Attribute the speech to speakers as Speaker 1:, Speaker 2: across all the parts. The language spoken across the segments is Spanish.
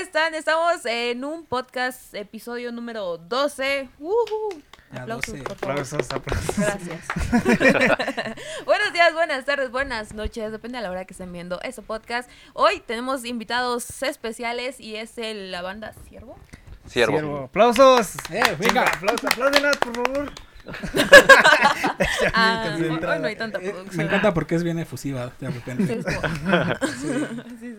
Speaker 1: están? Estamos en un podcast, episodio número 12. ¡Ujú!
Speaker 2: Ya,
Speaker 1: Aplausos,
Speaker 2: 12.
Speaker 1: por favor.
Speaker 3: Aplausos, aplausos.
Speaker 1: Gracias. Buenos días, buenas tardes, buenas noches, depende de la hora que estén viendo este podcast. Hoy tenemos invitados especiales y es el- la banda Ciervo.
Speaker 3: Siervo.
Speaker 4: Siervo.
Speaker 3: Aplausos.
Speaker 2: Eh,
Speaker 3: Venga,
Speaker 2: venga.
Speaker 3: aplausos, apláudenos, por favor.
Speaker 1: Ah,
Speaker 3: concentrada.
Speaker 1: hoy no hay tanta
Speaker 2: Eh,
Speaker 1: producción.
Speaker 2: me encanta porque es bien efusiva de repente.
Speaker 1: Sesgo.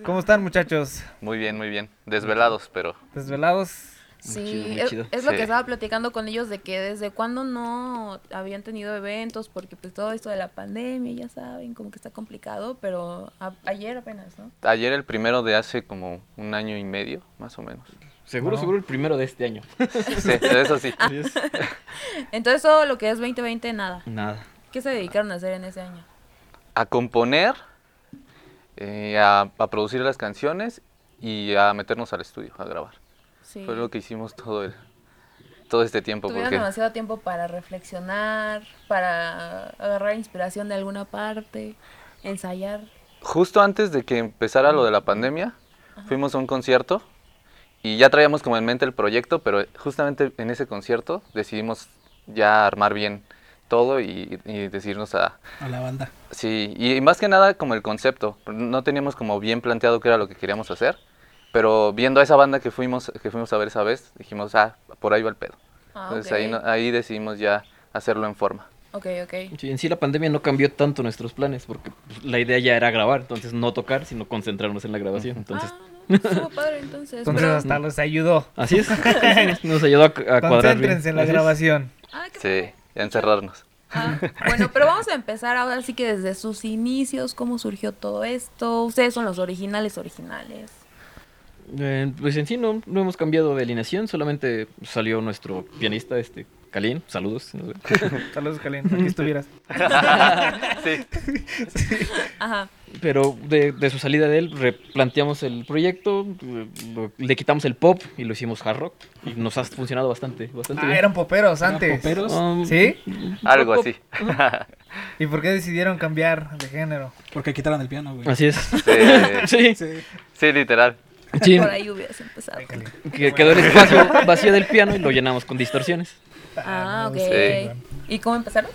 Speaker 3: ¿Cómo están, muchachos?
Speaker 4: Muy bien, muy bien. Desvelados, pero.
Speaker 3: ¿Desvelados?
Speaker 1: Sí,
Speaker 4: chido, muy
Speaker 1: es,
Speaker 4: chido.
Speaker 1: es lo
Speaker 4: Sí.
Speaker 1: que estaba platicando con ellos de que desde cuándo no habían tenido eventos, porque pues todo esto de la pandemia, ya saben, como que está complicado, pero a- ayer apenas, ¿no?
Speaker 4: Ayer el primero de hace como un año y medio, más o menos.
Speaker 5: Seguro,
Speaker 3: No.
Speaker 5: seguro el primero de este año.
Speaker 4: Sí, eso sí.
Speaker 1: Entonces todo lo que es 2020, nada.
Speaker 5: Nada.
Speaker 1: ¿Qué se dedicaron a hacer en ese año?
Speaker 4: A componer, eh, a, a producir las canciones y a meternos al estudio, a grabar.
Speaker 1: Sí.
Speaker 4: Fue lo que hicimos todo el, todo este tiempo.
Speaker 1: Tuvieron
Speaker 4: porque
Speaker 1: demasiado tiempo para reflexionar, para agarrar inspiración de alguna parte, ensayar.
Speaker 4: Justo antes de que empezara lo de la pandemia, fuimos a un concierto y ya traíamos como en mente el proyecto, pero justamente en ese concierto decidimos ya armar bien todo y, y decidirnos a...
Speaker 2: A la banda.
Speaker 4: Sí, y más que nada como el concepto. No teníamos como bien planteado qué era lo que queríamos hacer, pero viendo a esa banda que fuimos, que fuimos a ver esa vez, dijimos, ah, por ahí va el pedo.
Speaker 1: Ah,
Speaker 4: Entonces
Speaker 1: ok.
Speaker 4: Pues ahí, no- ahí decidimos ya hacerlo en forma.
Speaker 1: Ok, ok.
Speaker 5: Sí, En sí la pandemia no cambió tanto nuestros planes porque pues, la idea ya era grabar, entonces no tocar, sino concentrarnos en la grabación. Entonces,
Speaker 1: Ah, no, estuvo padre entonces.
Speaker 3: Entonces
Speaker 1: pero-
Speaker 3: hasta los ayudó.
Speaker 5: así es. Nos ayudó a, cu- a cuadrar bien.
Speaker 3: Ah. Concéntrense en la
Speaker 5: Así es.
Speaker 3: grabación.
Speaker 1: Ah, qué
Speaker 4: Sí, ya encerrarnos.
Speaker 1: Ah, bueno, pero vamos a empezar ahora sí que desde sus inicios, cómo surgió todo esto. Ustedes son los originales originales.
Speaker 5: Eh, pues en sí no, no hemos cambiado de alineación, solamente salió nuestro pianista, este, Kalin. Saludos. No sé.
Speaker 3: Saludos, Kalin. Aquí estuvieras.
Speaker 4: Sí.
Speaker 1: Ajá.
Speaker 5: Pero de, de su salida de él, replanteamos el proyecto, eh, lo- le quitamos el pop y lo hicimos hard rock. Y nos ha funcionado bastante, bastante
Speaker 3: Ah,
Speaker 5: bien.
Speaker 3: eran poperos
Speaker 2: Eran
Speaker 3: antes.
Speaker 2: poperos.
Speaker 5: Um,
Speaker 3: ¿Sí?
Speaker 4: Algo
Speaker 5: Pop,
Speaker 4: así.
Speaker 3: ¿Y por qué decidieron cambiar de género?
Speaker 2: Porque quitaron el piano, güey.
Speaker 5: Así es.
Speaker 4: Sí.
Speaker 5: Sí,
Speaker 2: Sí.
Speaker 4: Sí, literal.
Speaker 5: sí.
Speaker 1: Por ahí hubieras empezado.
Speaker 3: Ay, Kalin.
Speaker 5: Que quedó el espacio vacío del piano y lo llenamos con distorsiones.
Speaker 1: Ah, ok.
Speaker 3: no, sí.
Speaker 1: ¿Y cómo empezaron?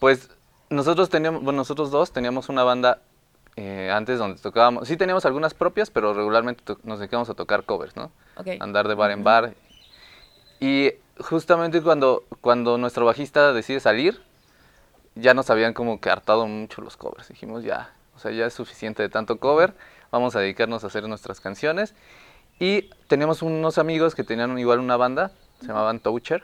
Speaker 4: Pues nosotros teníamos, bueno, nosotros dos teníamos una banda eh, antes donde tocábamos, sí teníamos algunas propias, pero regularmente to- nos dedicábamos a tocar covers, ¿no?
Speaker 1: Ok.
Speaker 4: Andar de bar en bar. Y justamente cuando, cuando nuestro bajista decide salir, ya nos habían como que hartado mucho los covers. Dijimos ya, o sea, ya es suficiente de tanto cover, vamos a dedicarnos a hacer nuestras canciones. Y teníamos unos amigos que tenían igual una banda, se llamaban Toucher.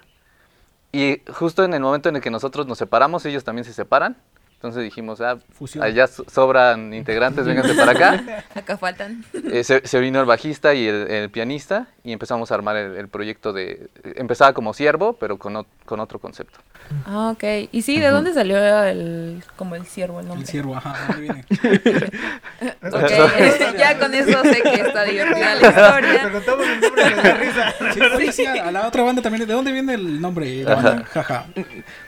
Speaker 4: Y justo en el momento en el que nosotros nos separamos, ellos también se separan. Entonces dijimos, ah,
Speaker 2: Fusión.
Speaker 4: allá so- sobran integrantes, vénganse para acá.
Speaker 1: Acá faltan.
Speaker 4: Eh, se, se vino el bajista y el, el pianista y empezamos a armar el, el proyecto de... Empezaba como siervo, pero con, ot- con otro concepto.
Speaker 1: Ah, ok. ¿Y sí, de dónde salió el, como el ciervo el
Speaker 2: El
Speaker 1: nombre?
Speaker 2: ciervo, ajá. ¿dónde viene?
Speaker 1: Ok, ya con eso sé que está divertida la
Speaker 3: Te
Speaker 1: historia.
Speaker 3: contamos el nombre y nos da risa.
Speaker 2: Sí, oye, sí, a a la otra banda también. ¿De dónde viene el nombre? La banda? Jaja.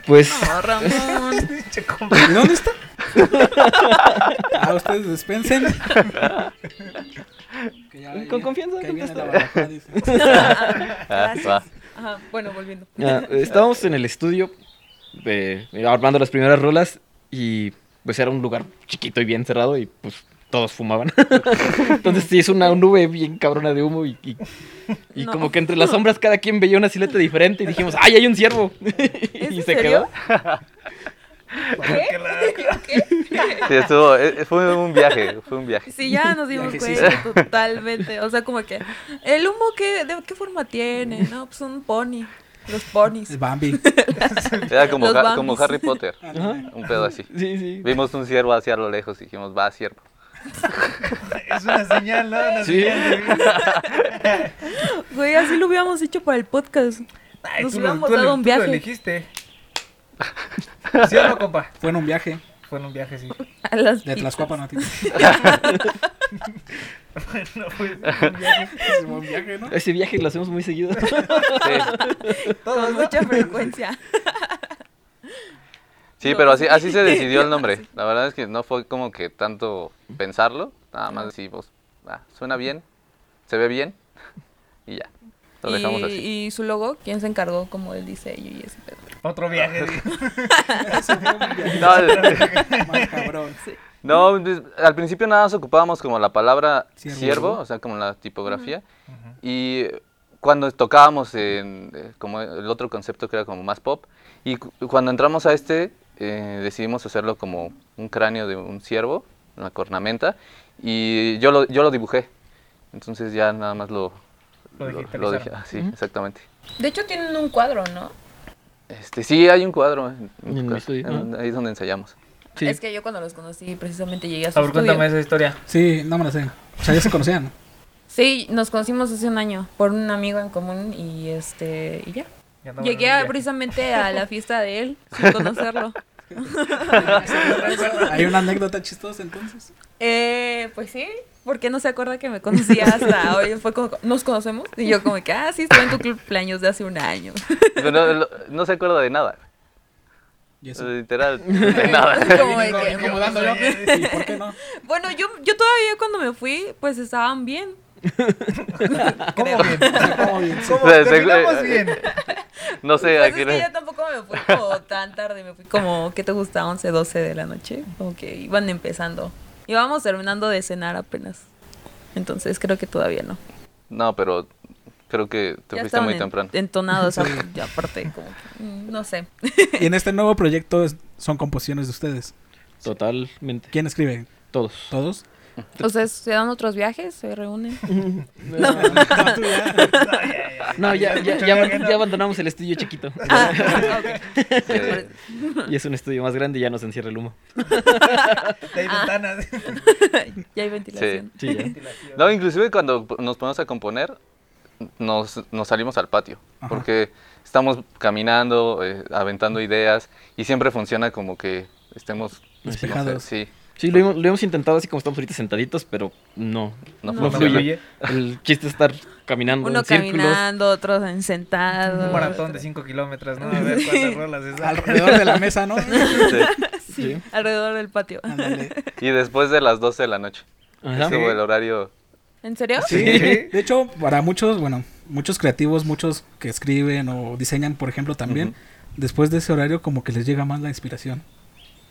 Speaker 5: Pues
Speaker 1: No, Ramón.
Speaker 3: Pinche compa.
Speaker 2: ¿De dónde está? A ustedes dispensen. Que ya-
Speaker 5: Con
Speaker 2: ya-
Speaker 5: confianza,
Speaker 2: que ahí viene la
Speaker 5: contesta.
Speaker 2: barajada, dice.
Speaker 4: Ah,
Speaker 1: Gracias.
Speaker 4: va.
Speaker 1: Ajá. Bueno, volviendo.
Speaker 5: ah, estábamos en el estudio eh, armando las primeras rolas y pues era un lugar chiquito y bien cerrado y pues todos fumaban. Entonces sí, es una nube bien cabrona de humo y, y- y
Speaker 1: No.
Speaker 5: como que entre las sombras cada quien veía una silueta diferente y dijimos, ¡ay, hay un ciervo!
Speaker 1: ¿Es en
Speaker 5: y se
Speaker 1: serio?
Speaker 5: quedó.
Speaker 4: Sí, estuvo, eh, fue un viaje, fue un viaje.
Speaker 1: Sí, ya nos dimos
Speaker 2: Ya que sí,
Speaker 1: cuenta totalmente. O sea, como que el humo qué, de qué forma tiene, ¿no? Pues un pony. Los ponis.
Speaker 2: El Bambi.
Speaker 4: Era como,
Speaker 1: Los
Speaker 4: Ha- como
Speaker 1: Bambis.
Speaker 4: Harry Potter,
Speaker 5: Ajá.
Speaker 4: un pedo así.
Speaker 5: Sí, sí.
Speaker 4: Vimos un ciervo hacia lo lejos y dijimos, va, ciervo.
Speaker 3: Es una señal, ¿no? Una
Speaker 5: Sí.
Speaker 3: señal de vida.
Speaker 1: Güey, así lo hubiéramos hecho para el podcast.
Speaker 3: Ay,
Speaker 1: Nos
Speaker 3: tú lo-
Speaker 1: hubiéramos
Speaker 3: tú lo-
Speaker 1: dado un
Speaker 3: tú lo
Speaker 1: viaje
Speaker 3: elegiste. ¿Sí o no, compa?
Speaker 2: Fue en un viaje
Speaker 3: Fue en un viaje, sí.
Speaker 1: a las
Speaker 2: de
Speaker 1: pizzas.
Speaker 2: Tlaxcuapan a ti.
Speaker 3: No, pues, un viaje.
Speaker 2: Es un buen viaje, ¿no?
Speaker 5: Ese viaje lo hacemos muy seguido.
Speaker 4: Sí,
Speaker 3: Todos,
Speaker 1: Con
Speaker 3: ¿no?
Speaker 1: mucha frecuencia.
Speaker 4: sí pero así, así se decidió el nombre. La verdad es que no fue como que tanto pensarlo, nada más decimos, ah, suena bien, se ve bien, Y ya. Lo dejamos así.
Speaker 1: Y, y su logo, ¿quién se encargó? Como él dice, y ese pedo.
Speaker 3: Otro viaje. digo.
Speaker 4: No, el-
Speaker 2: Más cabrón.
Speaker 4: no, pues, al principio nada más ocupábamos como la palabra
Speaker 2: Ciervo.
Speaker 4: siervo, o sea, como la tipografía. Y cuando tocábamos en, eh, como el otro concepto que era como más pop. Y cu- cuando entramos a este, eh, decidimos hacerlo como un cráneo de un ciervo, una cornamenta. Y yo lo, yo lo dibujé. Entonces ya nada más lo...
Speaker 3: Lo
Speaker 4: dije
Speaker 3: digitalizaron.
Speaker 4: así, exactamente.
Speaker 1: De hecho, tienen un cuadro, ¿no?
Speaker 4: Este, sí, hay un cuadro en, en
Speaker 5: En
Speaker 4: tu
Speaker 5: mi
Speaker 4: casa,
Speaker 5: estudio,
Speaker 4: en- ahí es donde ensayamos.
Speaker 5: Sí.
Speaker 1: Es que yo cuando los conocí, precisamente llegué a su
Speaker 3: A ver,
Speaker 1: estudio.
Speaker 3: cuéntame esa historia.
Speaker 2: Sí, no me la sé. O sea, ya se conocían.
Speaker 1: Sí, nos conocimos hace un año por un amigo en común y este y ya.
Speaker 3: Ya andamos
Speaker 1: Llegué
Speaker 3: en
Speaker 1: a-
Speaker 3: el viaje.
Speaker 1: precisamente a la fiesta de él sin conocerlo.
Speaker 2: Hay una anécdota chistosa entonces.
Speaker 1: Eh, pues sí, porque no se acuerda que me conocía hasta hoy. Fue como, ¿nos conocemos? Y yo como que, ah, sí, estoy en tu club cumpleaños de hace un año.
Speaker 4: Pero no, lo- no se acuerda de nada.
Speaker 2: Y eso.
Speaker 4: Literal, de nada.
Speaker 1: Como de que-
Speaker 2: Incomodándolo. ¿Y por qué no?
Speaker 1: Bueno, yo, yo todavía cuando me fui, pues estaban bien.
Speaker 3: ¿Cómo bien?
Speaker 2: ¿Cómo bien?
Speaker 3: ¿Cómo?
Speaker 4: Se- se-
Speaker 3: Terminamos bien.
Speaker 4: No sé,
Speaker 1: Pues
Speaker 4: a qué
Speaker 1: es que yo tampoco me fui como tan tarde, me fui como, ¿qué te gusta? 11, 12 de la noche. Como que iban empezando. Íbamos terminando de cenar apenas. Entonces creo que todavía no.
Speaker 4: No, pero creo que te
Speaker 1: Ya
Speaker 4: fuiste
Speaker 1: estaban
Speaker 4: muy
Speaker 1: en-
Speaker 4: temprano. Eh,
Speaker 1: Entonados, ap- y aparte, como que, mm, no sé.
Speaker 2: Y en este nuevo proyecto es- son composiciones de ustedes.
Speaker 5: Totalmente.
Speaker 2: ¿Quién escribe?
Speaker 5: Todos.
Speaker 2: ¿Todos?
Speaker 1: ¿Ustedes se dan otros viajes? ¿Se reúnen?
Speaker 5: No, ya, ya, ya, aban- ya abandonamos el estudio chiquito.
Speaker 1: Ah, ok.
Speaker 4: Eh,
Speaker 5: Y es un estudio más grande y ya nos encierra el humo.
Speaker 3: Hay
Speaker 1: Ah.
Speaker 3: ventanas.
Speaker 1: ya hay ventilación.
Speaker 5: Sí, ya.
Speaker 4: no, inclusive cuando p- nos ponemos a componer, nos, nos salimos al patio.
Speaker 2: Ajá.
Speaker 4: Porque estamos caminando, eh, aventando ideas, y siempre funciona como que estemos... no sé,
Speaker 2: Despejados.
Speaker 4: Sí.
Speaker 5: Sí, lo hemos, lo hemos intentado así como estamos ahorita sentaditos, pero no.
Speaker 4: No
Speaker 5: No,
Speaker 4: No
Speaker 5: fluye.
Speaker 3: fluye.
Speaker 5: El chiste es estar caminando
Speaker 1: Uno
Speaker 5: en círculos.
Speaker 1: caminando, otros en sentado.
Speaker 3: Un maratón de 5 kilómetros, ¿no? A ver cuántas rolas es.
Speaker 2: Alrededor de la mesa, ¿no?
Speaker 4: sí.
Speaker 5: Sí.
Speaker 1: Alrededor del patio.
Speaker 5: Ah.
Speaker 2: Ándale.
Speaker 4: Y después de las 12 de la noche.
Speaker 5: Ajá.
Speaker 4: Es como el horario...
Speaker 1: ¿En serio?
Speaker 2: Sí.
Speaker 3: Sí.
Speaker 2: De hecho, para muchos, bueno, muchos creativos, muchos que escriben o diseñan, por ejemplo, también, después de ese horario como que les llega más la inspiración.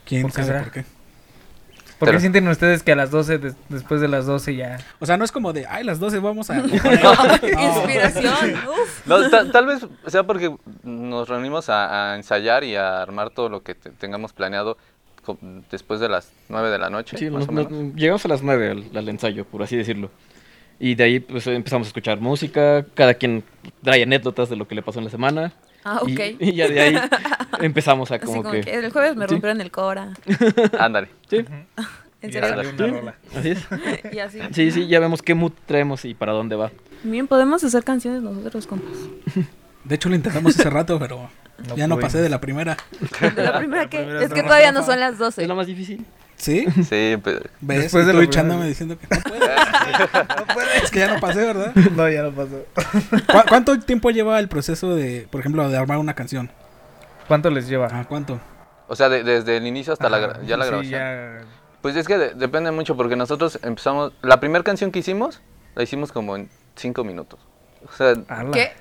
Speaker 2: ¿Quién
Speaker 3: ¿Por qué
Speaker 2: sabe
Speaker 3: será?
Speaker 2: por qué?
Speaker 3: ¿Por qué
Speaker 4: Pero-
Speaker 3: sienten ustedes que a las 12, des- después de las 12 ya...
Speaker 2: O sea, no es como de, ay, las 12 vamos a... No.
Speaker 1: Inspiración. Uf.
Speaker 4: No, ta- tal vez sea porque nos reunimos a, a ensayar y a armar todo lo que te- tengamos planeado co- después de las 9 de la noche.
Speaker 5: Sí,
Speaker 4: más
Speaker 5: nos-
Speaker 4: o
Speaker 5: nos-
Speaker 4: menos.
Speaker 5: llegamos a las 9 al, al ensayo, por así decirlo. Y de ahí pues, empezamos a escuchar música, cada quien trae anécdotas de lo que le pasó en la semana.
Speaker 1: Ah,
Speaker 5: y-
Speaker 1: ok.
Speaker 5: Y, ya de ahí empezamos a
Speaker 1: Así
Speaker 5: como,
Speaker 1: como
Speaker 5: que...
Speaker 1: que... el jueves me
Speaker 5: Sí.
Speaker 1: rompieron el cora.
Speaker 4: Ándale.
Speaker 5: Sí,
Speaker 1: ¿En
Speaker 3: y ya
Speaker 1: serio?
Speaker 3: salió una rola?
Speaker 5: así es.
Speaker 1: y así.
Speaker 5: Sí, sí, ya vemos qué mood traemos y para dónde va.
Speaker 1: Bien, podemos hacer canciones nosotros, compas.
Speaker 2: De hecho, lo intentamos hace rato, pero
Speaker 3: No
Speaker 2: ya no
Speaker 3: pudimos.
Speaker 2: pasé de la primera.
Speaker 1: De La primera que.
Speaker 3: primera
Speaker 1: Es que
Speaker 3: rola.
Speaker 1: todavía no son las 12.
Speaker 5: Es lo más difícil.
Speaker 2: ¿Sí?
Speaker 4: Sí, pues, pe-
Speaker 2: ¿Ves?
Speaker 3: Después de
Speaker 2: Tú
Speaker 3: la
Speaker 2: echándome
Speaker 3: primera.
Speaker 2: diciendo que no puedes. Es que ya no pasé, ¿verdad?
Speaker 3: No, ya no pasó.
Speaker 2: ¿Cu- ¿Cuánto tiempo lleva el proceso de, por ejemplo, de armar una canción?
Speaker 3: ¿Cuánto les lleva?
Speaker 2: Ah, ¿Cuánto?
Speaker 4: o sea, de- desde el inicio hasta la, gra- ya la
Speaker 3: Sí,
Speaker 4: grabación.
Speaker 3: ya-
Speaker 4: Pues es que de- depende mucho porque nosotros empezamos... La primera canción que hicimos, la hicimos como en 5 minutos. O sea,
Speaker 3: Ala.
Speaker 1: ¿Qué?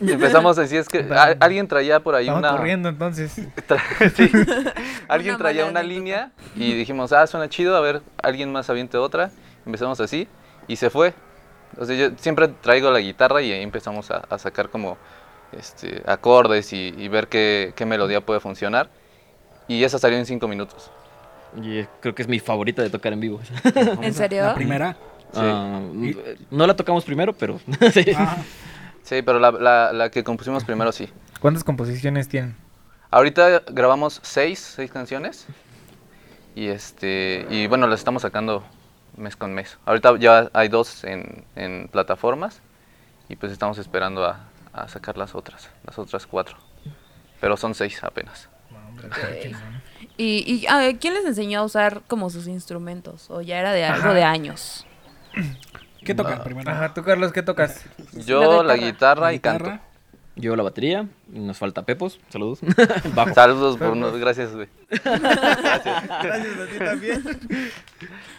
Speaker 4: empezamos así, es que a- alguien traía por ahí
Speaker 3: Estamos
Speaker 4: una...
Speaker 3: corriendo entonces.
Speaker 4: Tra- sí. Alguien
Speaker 1: Una
Speaker 4: traía
Speaker 1: mala
Speaker 4: una
Speaker 1: anécdota.
Speaker 4: línea y dijimos, ah, suena chido, a ver, alguien más aviente otra. Empezamos así y se fue. O sea, yo siempre traigo la guitarra y ahí empezamos a, a sacar como este, acordes y, y ver qué, qué melodía puede funcionar. Y esa salió en cinco minutos.
Speaker 5: Y eh, creo que es mi favorita de tocar en vivo.
Speaker 1: ¿En serio?
Speaker 2: La primera.
Speaker 5: Ah, no la tocamos primero, pero sí.
Speaker 2: Ah,
Speaker 4: Sí, pero la, la- la que compusimos primero sí.
Speaker 3: ¿Cuántas composiciones tienen?
Speaker 4: Ahorita grabamos seis, seis canciones. Y este y bueno, las estamos sacando mes con mes. Ahorita ya hay dos en, en plataformas y pues estamos esperando a, a sacar las otras, las otras cuatro. Pero son seis apenas.
Speaker 1: Eh, ¿Y, y a ver, quién les enseñó a usar como sus instrumentos? ¿O ya era de algo de años?
Speaker 2: ¿Qué tocan primero?
Speaker 3: Ajá, tú Carlos, ¿qué tocas?
Speaker 4: Yo la guitarra,
Speaker 1: guitarra.
Speaker 2: La
Speaker 4: y
Speaker 2: guitarra.
Speaker 4: canto.
Speaker 5: Yo la batería, y nos falta Pepos, saludos. Bajo.
Speaker 4: Saludos, Bruno, gracias, güey.
Speaker 3: Gracias a ti también.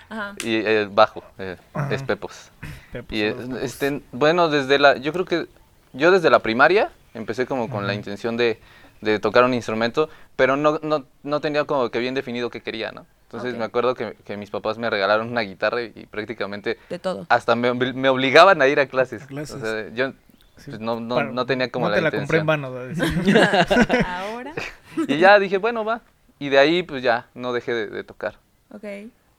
Speaker 1: Ajá.
Speaker 4: Y el bajo, eh, es Pepos.
Speaker 3: Pero, pues,
Speaker 4: Y
Speaker 3: son los
Speaker 4: es-
Speaker 3: cocos.
Speaker 4: este, bueno, desde la, yo creo que yo desde la primaria empecé como con la intención de, de tocar un instrumento, pero no, no, no tenía como que bien definido qué quería, ¿no? Entonces
Speaker 1: Ok.
Speaker 4: me acuerdo que, que mis papás me regalaron una guitarra y, y prácticamente
Speaker 1: De todo.
Speaker 4: hasta me, obli- me obligaban a ir a clases.
Speaker 2: A clases.
Speaker 4: O sea, yo
Speaker 3: Sí.
Speaker 4: pues, no, no,
Speaker 3: Para-
Speaker 4: no tenía como
Speaker 3: no
Speaker 4: la
Speaker 3: te la
Speaker 4: intención.
Speaker 3: compré en vano. ¿sabes?
Speaker 1: Ahora.
Speaker 4: Y ya dije, bueno, va. Y de ahí pues ya no dejé de, de tocar.
Speaker 1: Ok.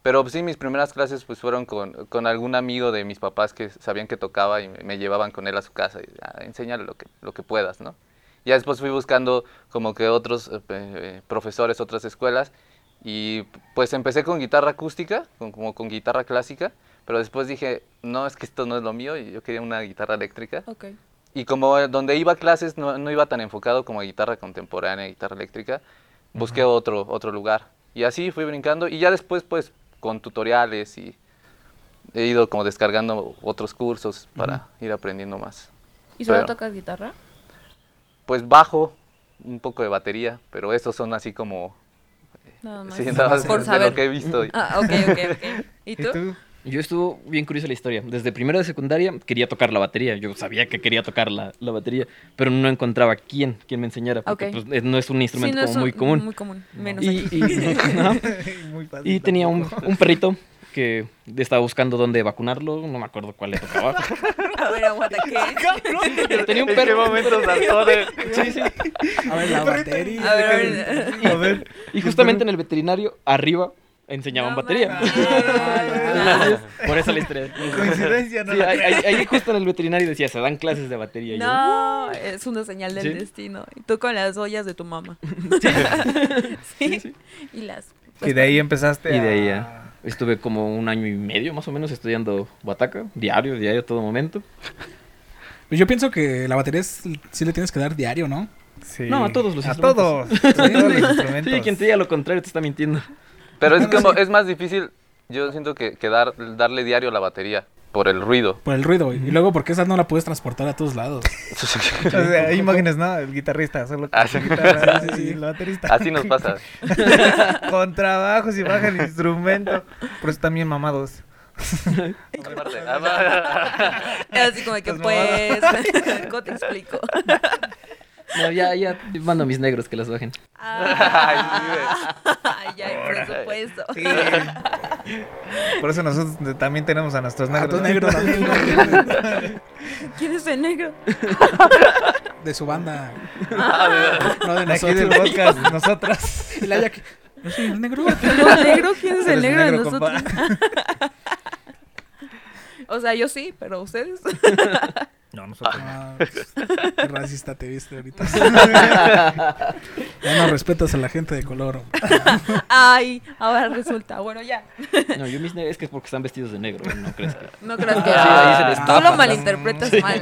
Speaker 4: Pero pues, sí, mis primeras clases pues fueron con, con algún amigo de mis papás que sabían que tocaba y me, me llevaban con él a su casa y "Ah, enséñale lo que, lo que puedas, ¿no? Ya después fui buscando como que otros eh, pe- eh, profesores, otras escuelas y pues empecé con guitarra acústica, con, como con guitarra clásica, pero después dije, no, es que esto no es lo mío y yo quería una guitarra eléctrica.
Speaker 1: Ok.
Speaker 4: Y como eh, donde iba a clases no, no iba tan enfocado como a guitarra contemporánea, guitarra eléctrica, busqué otro, otro lugar. Y así fui brincando y ya después pues con tutoriales y he ido como descargando otros cursos para ir aprendiendo más.
Speaker 1: ¿Y solo
Speaker 4: Pero-
Speaker 1: tocas guitarra?
Speaker 4: Pues bajo, un poco de batería, pero estos son así como...
Speaker 1: Nada más.
Speaker 4: sí, nada más
Speaker 1: Por
Speaker 4: de
Speaker 1: saber.
Speaker 4: lo que he visto. y-
Speaker 1: Ah, ok, ok, ok. ¿Y tú?
Speaker 5: Yo estuvo bien curiosa la historia. Desde primero de secundaria quería tocar la batería. Yo sabía que quería tocar la, la batería, pero no encontraba quién, quién me enseñara. Porque
Speaker 1: Ok.
Speaker 5: pues, eh, no es un
Speaker 1: Sí,
Speaker 5: instrumento
Speaker 1: no
Speaker 5: como
Speaker 1: es un-
Speaker 5: muy común.
Speaker 1: Muy común. Menos
Speaker 5: Y,
Speaker 1: aquí.
Speaker 5: y- ajá.
Speaker 3: Muy fácil
Speaker 5: Y tenía un,
Speaker 3: tampoco.
Speaker 5: un perrito que estaba buscando dónde vacunarlo. No me acuerdo cuál le tocaba.
Speaker 1: A ver, aguanta, ¿qué?
Speaker 5: Pero tenía un
Speaker 4: ¿En qué
Speaker 5: perro.
Speaker 4: momento saltó de-
Speaker 5: Sí, sí.
Speaker 2: A ver, la batería.
Speaker 1: A ver, a ver.
Speaker 3: A ver,
Speaker 5: Y justamente en el veterinario, arriba, enseñaban
Speaker 1: No
Speaker 5: batería.
Speaker 1: mames. Ah,
Speaker 5: Entonces, Por eso la historia.
Speaker 3: coincidencia, ¿no?
Speaker 5: Sí, ahí, ahí- ahí justo en el veterinario decía, se dan clases de batería. Y yo,
Speaker 1: No, es una señal del
Speaker 5: Sí.
Speaker 1: destino. Y tú con las ollas de tu mamá. Sí. Y las.
Speaker 3: Y de ahí empezaste
Speaker 5: Y de ahí
Speaker 3: a-
Speaker 5: ya
Speaker 1: Ah.
Speaker 5: estuve como un año y medio más o menos estudiando bataca, diario, diario, todo momento.
Speaker 2: Pues Yo pienso que la batería es- sí le tienes que dar diario, ¿no?
Speaker 3: Sí.
Speaker 5: No, a todos los
Speaker 3: A todos.
Speaker 5: instrumentos.
Speaker 3: A todos los instrumentos.
Speaker 5: Sí, quien te diga lo contrario te está mintiendo.
Speaker 4: Pero es
Speaker 2: Bueno,
Speaker 4: como,
Speaker 2: sí.
Speaker 4: es más difícil, yo siento que, que dar, darle diario a la batería por el ruido.
Speaker 2: Por el ruido. Y luego porque esa no la puedes transportar a todos lados.
Speaker 3: O sea, hay imágenes, ¿no? El guitarrista, solo con
Speaker 4: Ah, sí.
Speaker 3: la guitarra
Speaker 2: Sí, sí,
Speaker 3: y
Speaker 2: sí.
Speaker 3: el baterista.
Speaker 4: Así nos pasa.
Speaker 3: con trabajos y baja el instrumento. Por eso también mamados.
Speaker 4: Aparte, ah,
Speaker 1: Así como que,
Speaker 3: Las
Speaker 1: pues.
Speaker 3: mamadas.
Speaker 1: ¿Cómo te explico?
Speaker 5: No, ya, ya mando a mis negros que las bajen.
Speaker 1: Ah, Ay, ya hay presupuesto.
Speaker 3: Sí. Por eso nosotros también tenemos a nuestros
Speaker 2: A
Speaker 3: negros.
Speaker 2: todos
Speaker 3: ¿no?
Speaker 2: negros también.
Speaker 1: ¿Quién es el negro?
Speaker 2: De su banda. No de
Speaker 3: De aquí del
Speaker 2: nosotros.
Speaker 3: podcast, nosotras.
Speaker 2: Y la Jackie, Yo soy el negro.
Speaker 1: ¿No negro? ¿Quién es
Speaker 3: Pero
Speaker 1: el
Speaker 3: es
Speaker 1: negro de
Speaker 3: negro,
Speaker 1: nosotros?
Speaker 3: compa.
Speaker 1: O sea, yo sí, pero ustedes.
Speaker 3: No, nosotros.
Speaker 2: Ah, qué racista te viste ahorita. Ya no respetas a la gente de color. hombre.
Speaker 1: Ay, ahora resulta. Bueno, ya.
Speaker 5: No, yo mis negros es que es porque están vestidos de negro, no crees que.
Speaker 1: No creas que.
Speaker 5: Ah, sí, ahí se les
Speaker 1: Tú
Speaker 5: tapa,
Speaker 1: lo
Speaker 5: ¿no?
Speaker 1: malinterpretas mal.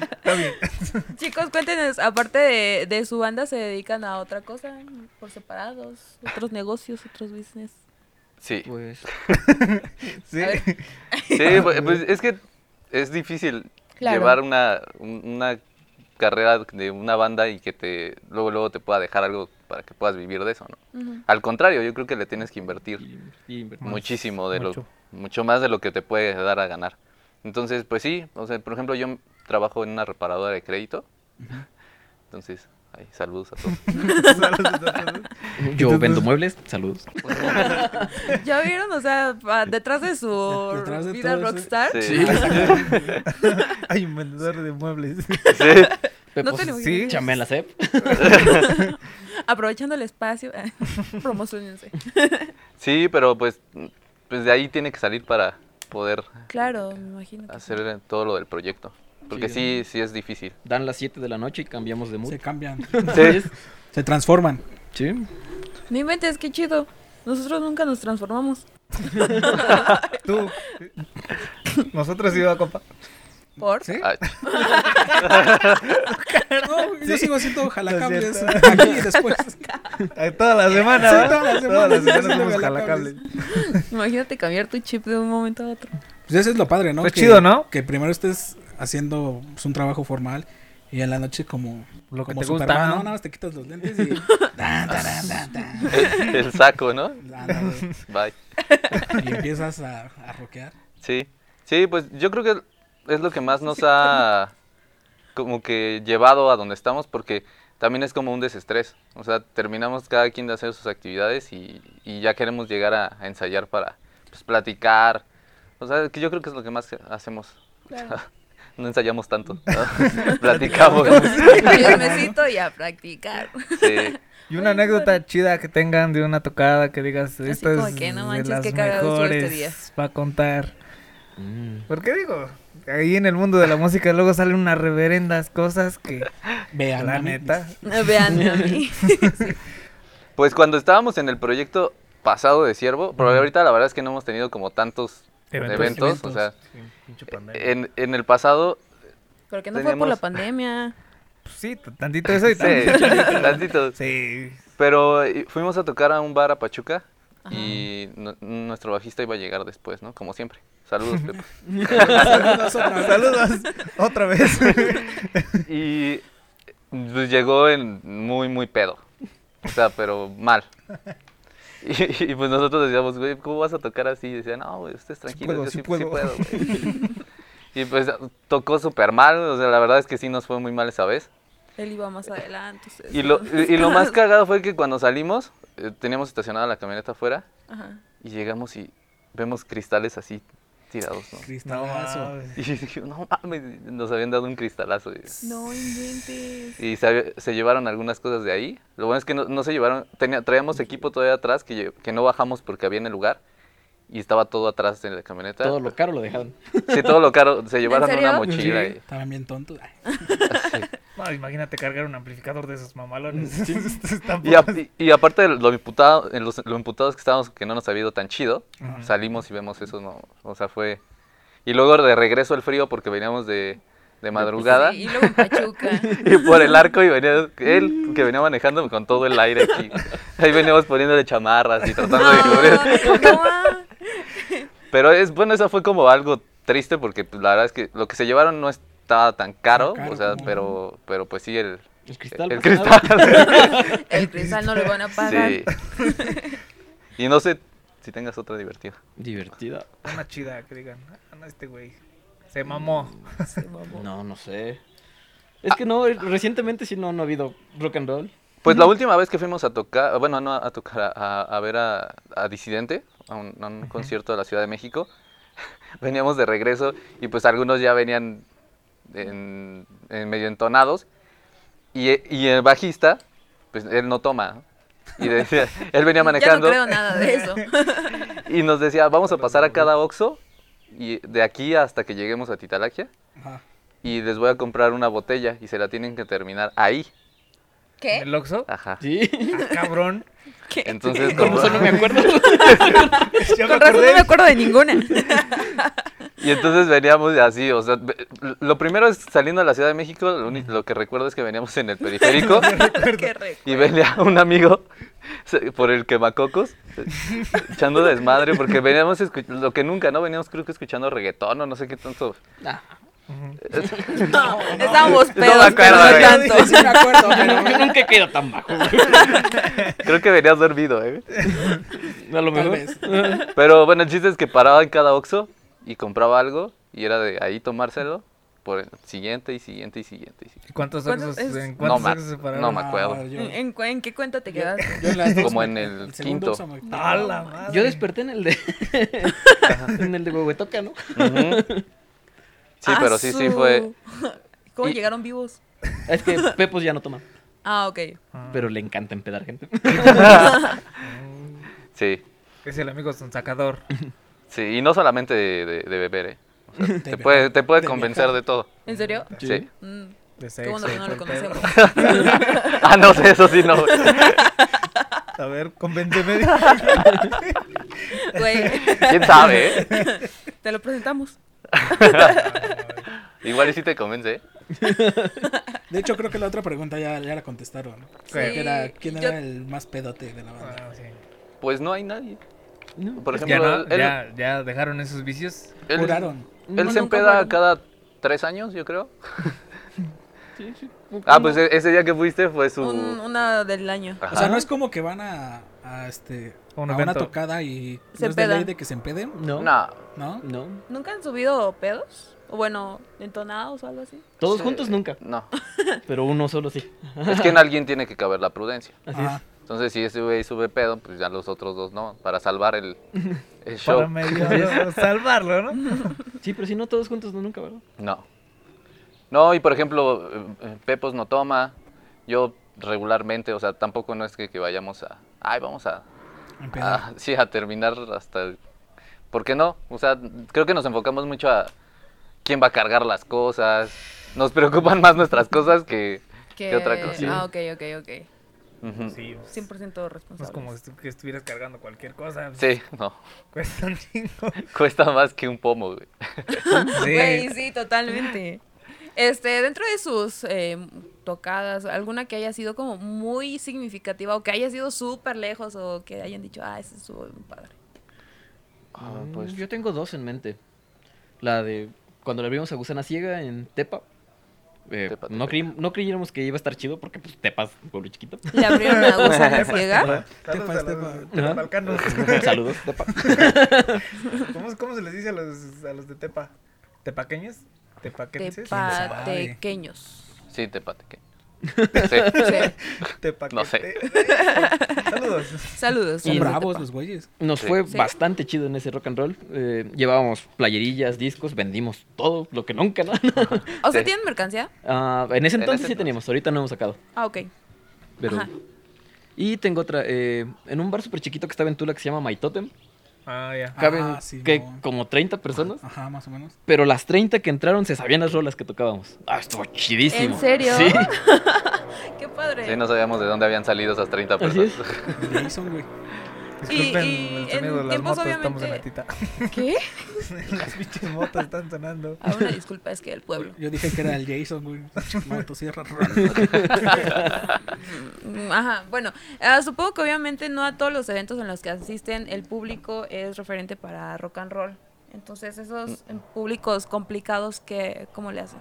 Speaker 3: Está bien.
Speaker 1: Chicos, cuéntenos, aparte de, de su banda, ¿se dedican a otra cosa? Por separados, otros negocios, otros business.
Speaker 4: sí.
Speaker 5: Pues.
Speaker 3: Sí.
Speaker 1: A ver.
Speaker 4: Sí, pues, pues, es que es difícil
Speaker 1: Claro.
Speaker 4: llevar una, un- una carrera de una banda y que te luego luego te pueda dejar algo para que puedas vivir de eso, ¿no? Al contrario, yo creo que le tienes que invertir
Speaker 5: y- y pues, invertir.
Speaker 4: muchísimo de
Speaker 3: mucho.
Speaker 4: lo mucho más de lo que te puede dar a ganar. Entonces, pues sí, o sea, por ejemplo, yo trabajo en una reparadora de crédito. Entonces, ahí, saludos a todos.
Speaker 5: Yo vendo muebles, saludos.
Speaker 1: ¿Ya vieron? O sea, pa- detrás de su
Speaker 2: Detrás de
Speaker 1: vida
Speaker 2: todo eso.
Speaker 1: rockstar.
Speaker 4: Sí.
Speaker 3: Hay un vendedor de muebles.
Speaker 4: Sí.
Speaker 1: No te lo
Speaker 5: pues,
Speaker 1: imaginas.
Speaker 5: chamé en la SEP.
Speaker 1: Aprovechando el espacio, promocionense.
Speaker 4: Sí, pero pues, pues de ahí tiene que salir para poder
Speaker 1: Claro, me imagino. que sí.
Speaker 4: hacer todo lo del proyecto. Porque
Speaker 5: Sí.
Speaker 4: sí, sí es difícil.
Speaker 5: Dan las 7 de la noche y cambiamos de mood.
Speaker 2: Se cambian.
Speaker 4: Sí.
Speaker 2: Se transforman.
Speaker 5: Sí.
Speaker 1: No inventes, qué chido. Nosotros nunca nos transformamos.
Speaker 3: Tú. Nosotros iba, compa.
Speaker 1: ¿Por?
Speaker 2: ¿Sí?
Speaker 4: Ah,
Speaker 2: No, yo sigo siendo jalacables
Speaker 3: No es
Speaker 2: aquí y después.
Speaker 3: Ay, Toda la semana,
Speaker 2: Sí,
Speaker 3: ¿verdad?
Speaker 2: todas las
Speaker 3: Todas las
Speaker 2: semanas
Speaker 3: semanas somos
Speaker 2: haciendo
Speaker 3: jalacables.
Speaker 1: Imagínate cambiar tu chip de un momento a otro.
Speaker 2: Pues eso es lo padre, ¿no?
Speaker 3: Pues
Speaker 2: Que-
Speaker 3: chido, ¿no?
Speaker 2: Que primero estés haciendo pues, un trabajo formal y en la noche como...
Speaker 3: Lo que
Speaker 2: como
Speaker 3: te gusta,
Speaker 2: Superman,
Speaker 3: ¿no?
Speaker 2: Nada más te quitas los lentes y... tan, tarán, tan, tan.
Speaker 4: el, el saco, ¿no?
Speaker 2: Ándale.
Speaker 4: Bye.
Speaker 2: y empiezas a, a rockear.
Speaker 4: Sí. Sí, pues yo creo que es lo que más nos ha como que llevado a donde estamos porque también es como un desestrés. O sea, terminamos cada quien de hacer sus actividades y, y ya queremos llegar a, a ensayar para pues, platicar. O sea, que yo creo que es lo que más hacemos.
Speaker 1: Claro.
Speaker 4: no ensayamos tanto. ¿no? Platicamos.
Speaker 1: Chismecito y a practicar.
Speaker 4: Sí.
Speaker 3: Y una anécdota chida que tengan de una tocada que digas, esto
Speaker 1: como
Speaker 3: es
Speaker 1: que, no manches,
Speaker 3: de las
Speaker 1: qué cagado estuvo este
Speaker 3: mejores
Speaker 1: día".
Speaker 3: para contar. ¿Por qué digo? Ahí en el mundo de la música luego salen unas reverendas cosas que,
Speaker 2: Vean.
Speaker 3: la
Speaker 2: mames.
Speaker 3: neta,
Speaker 1: Vean a mí.
Speaker 4: Pues cuando estábamos en el proyecto pasado de Ciervo, pero ahorita la verdad es que no hemos tenido como tantos
Speaker 3: Eventos.
Speaker 4: eventos. O sea,
Speaker 3: pinche pandemia.
Speaker 4: en, en el pasado
Speaker 1: Pero que no fue por
Speaker 4: Tenemos-
Speaker 1: la pandemia.
Speaker 3: Pues sí, t- tantito eso y
Speaker 4: Sí,
Speaker 3: tantito.
Speaker 4: tantito.
Speaker 3: Sí.
Speaker 4: Pero eh, fuimos a tocar a un bar a Pachuca
Speaker 1: Ajá.
Speaker 4: y nu- nuestro bajista iba a llegar después, ¿no? Como siempre. Saludos, Pepe.
Speaker 2: Saludos otra vez.
Speaker 3: Saludos otra vez.
Speaker 4: Y pues, llegó en muy, muy pedo. O sea, pero mal. Y, y, pues nosotros decíamos, güey, ¿cómo vas a tocar así? Y decían, no, güey, ustedes tranquilos,
Speaker 3: puedo,
Speaker 4: yo
Speaker 3: sí
Speaker 4: sí, sí
Speaker 3: puedo".
Speaker 4: puedo, güey. Y pues tocó súper mal, o sea, la verdad es que sí nos fue muy mal esa vez.
Speaker 1: Él iba más adelante. ustedes
Speaker 4: Y lo,
Speaker 1: iban
Speaker 4: y, y lo más
Speaker 1: atrás.
Speaker 4: cagado fue que cuando salimos, eh, teníamos estacionada la camioneta afuera
Speaker 1: Ajá.
Speaker 4: y llegamos y vemos cristales así tirados, ¿no?
Speaker 2: Cristalazo.
Speaker 4: Y dije, no mames, nos habían dado un cristalazo. y-
Speaker 1: No inventes.
Speaker 4: Y se, se llevaron algunas cosas de ahí. Lo bueno es que no, no se llevaron, tenía, traíamos equipo todavía atrás que, lle- que no bajamos porque había en el lugar y estaba todo atrás de la camioneta.
Speaker 5: Todo lo caro lo dejaron.
Speaker 4: Sí, todo lo caro. Se llevaron
Speaker 1: serio?
Speaker 4: una mochila.
Speaker 3: Sí.
Speaker 4: y-
Speaker 2: Estaban bien tontos. Ay.
Speaker 3: No, imagínate cargar un amplificador de esos mamalones.
Speaker 4: Y, a- y- y aparte de lo imputado, en los, lo imputados que estábamos que no nos había ido tan chido,
Speaker 3: Ajá.
Speaker 4: salimos y vemos eso, no, o sea, fue... Y luego de regreso al frío porque veníamos de, de madrugada.
Speaker 1: Sí, y luego en Pachuca.
Speaker 4: Y por el arco y venía él que venía manejando con todo el aire aquí. Ahí veníamos poniéndole chamarras y tratando de cubrir.
Speaker 1: No, no va.
Speaker 4: Pero es bueno, eso fue como algo triste porque pues, la verdad es que lo que se llevaron no estaba tan caro,
Speaker 2: Tan caro
Speaker 4: o sea,
Speaker 2: como-
Speaker 4: pero pero pues sí el
Speaker 5: El cristal.
Speaker 4: el
Speaker 5: más que nada.
Speaker 4: cristal.
Speaker 1: El cristal no lo van a pagar.
Speaker 4: sí. Y no sé si tengas otra divertida.
Speaker 5: Divertida.
Speaker 3: Una chida que digan, ah, no, este güey se mamó.
Speaker 1: Se mamó.
Speaker 5: No, no sé. Es que no, recientemente sí no, no ha habido rock and roll.
Speaker 4: Pues la última vez que fuimos a tocar, bueno, no a tocar, a- a, a ver a, a Disidente, a un, a un concierto de la Ciudad de México, veníamos de regreso y pues algunos ya venían en, en medio entonados y, e- y el bajista, pues él no toma. ¿no? Y decía- él venía manejando
Speaker 1: Ya no creo nada de eso.
Speaker 4: y nos decía, vamos a pasar a cada Oxxo y de aquí hasta que lleguemos a Titalaquia
Speaker 2: Ajá.
Speaker 4: y les voy a comprar una botella y se la tienen que terminar ahí.
Speaker 3: ¿En
Speaker 1: ¿Qué?
Speaker 3: el Oxxo?
Speaker 4: Ajá.
Speaker 5: Sí.
Speaker 3: Ah, cabrón.
Speaker 1: ¿Qué?
Speaker 4: Entonces,
Speaker 5: Con
Speaker 4: como-
Speaker 5: eso no me acuerdo.
Speaker 3: Yo
Speaker 1: Con razón
Speaker 3: me
Speaker 1: no
Speaker 3: acordé.
Speaker 1: me acuerdo de ninguna.
Speaker 4: Y entonces veníamos así, o sea, ve- lo primero es saliendo a la Ciudad de México, lo, uni- lo que recuerdo es que veníamos en el periférico
Speaker 1: Qué re.
Speaker 4: y venía un amigo se- por el quemacocos eh, echando desmadre porque veníamos escu- lo que nunca, ¿no? Veníamos creo que escuchando reggaetón o no sé qué tanto.
Speaker 5: Nah,
Speaker 1: No, estábamos pedos,
Speaker 4: me acuerdo,
Speaker 1: pero no
Speaker 4: güey.
Speaker 1: tanto.
Speaker 2: Sí, me acuerdo, pero
Speaker 5: yo nunca he quedado tan bajo. güey.
Speaker 4: Creo que venías dormido, ¿eh?
Speaker 5: A
Speaker 2: tal
Speaker 5: lo mejor.
Speaker 2: vez.
Speaker 4: Pero bueno, el chiste es que paraba en cada Oxxo y compraba algo y era de ahí tomárselo por el siguiente y siguiente y siguiente. Y siguiente.
Speaker 3: ¿Y ¿Cuántos
Speaker 1: ¿Cuántos
Speaker 3: Oxxos?
Speaker 1: es?
Speaker 3: ¿En cuántos
Speaker 4: No me-
Speaker 3: Oxxos se pararon?
Speaker 4: no me acuerdo.
Speaker 2: Ah, yo-
Speaker 1: ¿En, en cu- en qué cuenta Eh, te
Speaker 2: yo-
Speaker 1: quedaste? Ah.
Speaker 2: yo en las dos
Speaker 4: Como
Speaker 2: me-
Speaker 4: en el
Speaker 2: segundo
Speaker 4: quinto.
Speaker 2: Oxxo me-
Speaker 3: ¡A la madre!
Speaker 5: Yo desperté en el de. en el de Huehuetoca, ¿no?
Speaker 4: Ujú. Sí, pero sí, sí fue...
Speaker 1: Asu. ¿Cómo
Speaker 4: Y-
Speaker 1: llegaron vivos?
Speaker 5: Es que Pepos ya no toma.
Speaker 1: Ah, ok.
Speaker 5: Pero le encanta empedar gente.
Speaker 4: Sí.
Speaker 3: Es el amigo son sacador.
Speaker 4: Sí, y no solamente de, de- de beber, ¿eh? O sea, te,
Speaker 2: beber,
Speaker 4: puede, te puede
Speaker 2: de
Speaker 4: convencer
Speaker 2: viajar.
Speaker 4: de todo.
Speaker 1: ¿En serio?
Speaker 4: Sí.
Speaker 1: Mm,
Speaker 3: De sexo,
Speaker 1: qué bueno que
Speaker 3: de
Speaker 1: no lo
Speaker 3: todo el pedo.
Speaker 1: conocemos.
Speaker 4: Ah, no sé, eso sí no.
Speaker 3: A ver, convénceme.
Speaker 1: Güey,
Speaker 4: ¿Quién sabe, eh?
Speaker 1: te lo presentamos.
Speaker 4: Igual y sí te convence, ¿eh?
Speaker 2: De hecho, creo que la otra pregunta ya, ya la contestaron. ¿no?
Speaker 1: Sí,
Speaker 2: Que era, ¿Quién
Speaker 1: yo-
Speaker 2: era el más pedote de la banda?
Speaker 3: Ah, sí.
Speaker 4: Pues no hay nadie.
Speaker 5: No.
Speaker 4: Por
Speaker 3: ya,
Speaker 4: ejemplo,
Speaker 3: no,
Speaker 4: él,
Speaker 3: ya, ya dejaron esos vicios.
Speaker 4: él-
Speaker 2: Juraron.
Speaker 4: él
Speaker 5: No,
Speaker 4: se
Speaker 5: nunca
Speaker 4: empeda
Speaker 5: fueron.
Speaker 4: cada tres años, yo creo.
Speaker 5: Sí, sí.
Speaker 4: Ah, pues e- ese día que fuiste fue su...
Speaker 1: Un- una del año.
Speaker 4: Ajá.
Speaker 2: O sea, no es como que van a, a, este,
Speaker 3: A un
Speaker 2: a una
Speaker 3: evento.
Speaker 2: tocada y
Speaker 1: Se
Speaker 2: no es de ley
Speaker 1: pedan.
Speaker 2: de que se empeden,
Speaker 5: No. No.
Speaker 4: No,
Speaker 2: ¿no?
Speaker 1: ¿Nunca han subido pedos? O bueno, entonados o algo así.
Speaker 5: Todos
Speaker 4: Sí.
Speaker 5: juntos nunca,
Speaker 4: no.
Speaker 5: pero uno solo sí.
Speaker 4: Es que en alguien tiene que caber la prudencia.
Speaker 5: Así
Speaker 2: Ajá.
Speaker 4: Entonces, si ese güey sube pedo, pues ya los otros dos no, para salvar el, el show.
Speaker 3: Para medio salvarlo, ¿no?
Speaker 5: es. Sí, pero si no, todos juntos no nunca, ¿verdad?
Speaker 4: No. No, y por ejemplo, eh, eh, Pepos no toma. Yo regularmente, o sea, tampoco no es que, que vayamos a. Ay, vamos a,
Speaker 2: Empedar.
Speaker 4: a- Sí, a terminar hasta. ¿Por qué no? O sea, creo que nos enfocamos mucho a quién va a cargar las cosas. Nos preocupan más nuestras cosas que.
Speaker 1: Que...
Speaker 4: ¿Qué otra cosa?
Speaker 1: Ah, ok, ok, ok.
Speaker 4: Ujú. Sí.
Speaker 3: Sí. pues,
Speaker 1: 100%
Speaker 3: No es
Speaker 1: responsable.
Speaker 3: Pues como estu- que estuvieras cargando cualquier cosa. pues,
Speaker 4: no.
Speaker 3: Cuesta un chingo.
Speaker 4: Cuesta más que un pomo, güey.
Speaker 1: Güey, sí, totalmente. Este, dentro de sus eh, tocadas, alguna que haya sido como muy significativa o que haya sido súper lejos o que hayan dicho, ah, ese estuvo bien padre.
Speaker 4: Ah,
Speaker 5: Mm,
Speaker 4: pues.
Speaker 5: Yo tengo dos en mente. La de cuando le abrimos a Gusana Ciega en Tepa. Eh,
Speaker 4: Tepa,
Speaker 5: no,
Speaker 4: Tepa.
Speaker 5: creí- no creyéramos que iba a estar chido porque pues, Tepa es un pueblo chiquito.
Speaker 1: Le abrieron a gusana ciega.
Speaker 3: Saludos
Speaker 2: pasa,
Speaker 3: a
Speaker 2: te
Speaker 3: los-
Speaker 2: pasa?
Speaker 3: a los balcanos.
Speaker 5: Saludos, Tepa.
Speaker 3: ¿Cómo, ¿Cómo se les dice a los, a los de Tepa? ¿Tepaqueños? ¿Tepaquenses?
Speaker 1: Tepatequeños.
Speaker 4: Sí, te patequé. Sí.
Speaker 3: ¿Tepaquete?
Speaker 4: No sé.
Speaker 3: Saludos.
Speaker 1: Saludos.
Speaker 2: Son
Speaker 1: saludos,
Speaker 2: bravos
Speaker 3: ah.
Speaker 1: Tepa.
Speaker 2: los güeyes.
Speaker 5: Nos
Speaker 4: Sí.
Speaker 5: fue
Speaker 1: ¿Sí?
Speaker 5: bastante chido en ese rock and roll. Eh, llevábamos playerillas, discos, vendimos todo, lo que nunca, ¿no?
Speaker 1: O sea,
Speaker 4: Sí.
Speaker 1: ¿tienen mercancía?
Speaker 5: Ah, en ese
Speaker 4: En
Speaker 5: entonces
Speaker 4: ese
Speaker 5: sí
Speaker 4: entonces.
Speaker 5: teníamos, ahorita no hemos sacado.
Speaker 1: Ah, ok.
Speaker 5: Pero...
Speaker 1: Ajá.
Speaker 5: Y tengo otra, eh, en un bar súper chiquito que estaba en Tula que se llama Maitotem.
Speaker 3: Ah, ya.
Speaker 5: Caben
Speaker 2: Ah, sí,
Speaker 5: que
Speaker 2: no.
Speaker 5: como 30 personas.
Speaker 2: Ajá, más o menos.
Speaker 5: Pero las 30 que entraron se sabían las rolas que tocábamos. Ah, estuvo chidísimo.
Speaker 1: ¿En serio?
Speaker 5: Sí.
Speaker 1: Qué padre.
Speaker 4: Sí, no sabíamos de dónde habían salido esas 30
Speaker 5: Así es.
Speaker 4: personas.
Speaker 2: Jason, güey.
Speaker 3: Disculpen
Speaker 1: y
Speaker 3: el
Speaker 1: en
Speaker 3: sonido de las
Speaker 1: tiempos,
Speaker 3: motos, estamos en la
Speaker 1: obviamente-
Speaker 3: tita.
Speaker 1: ¿Qué?
Speaker 3: las pinches motos están sonando.
Speaker 1: Ah, una disculpa, es que el pueblo.
Speaker 2: Yo dije que era el Jason, güey. Motosierra.
Speaker 1: Mm, Ajá, bueno, ah, supongo que obviamente no a todos los eventos en los que asisten el público es referente para rock and roll. Entonces, esos eh, públicos complicados, que, ¿cómo le hacen?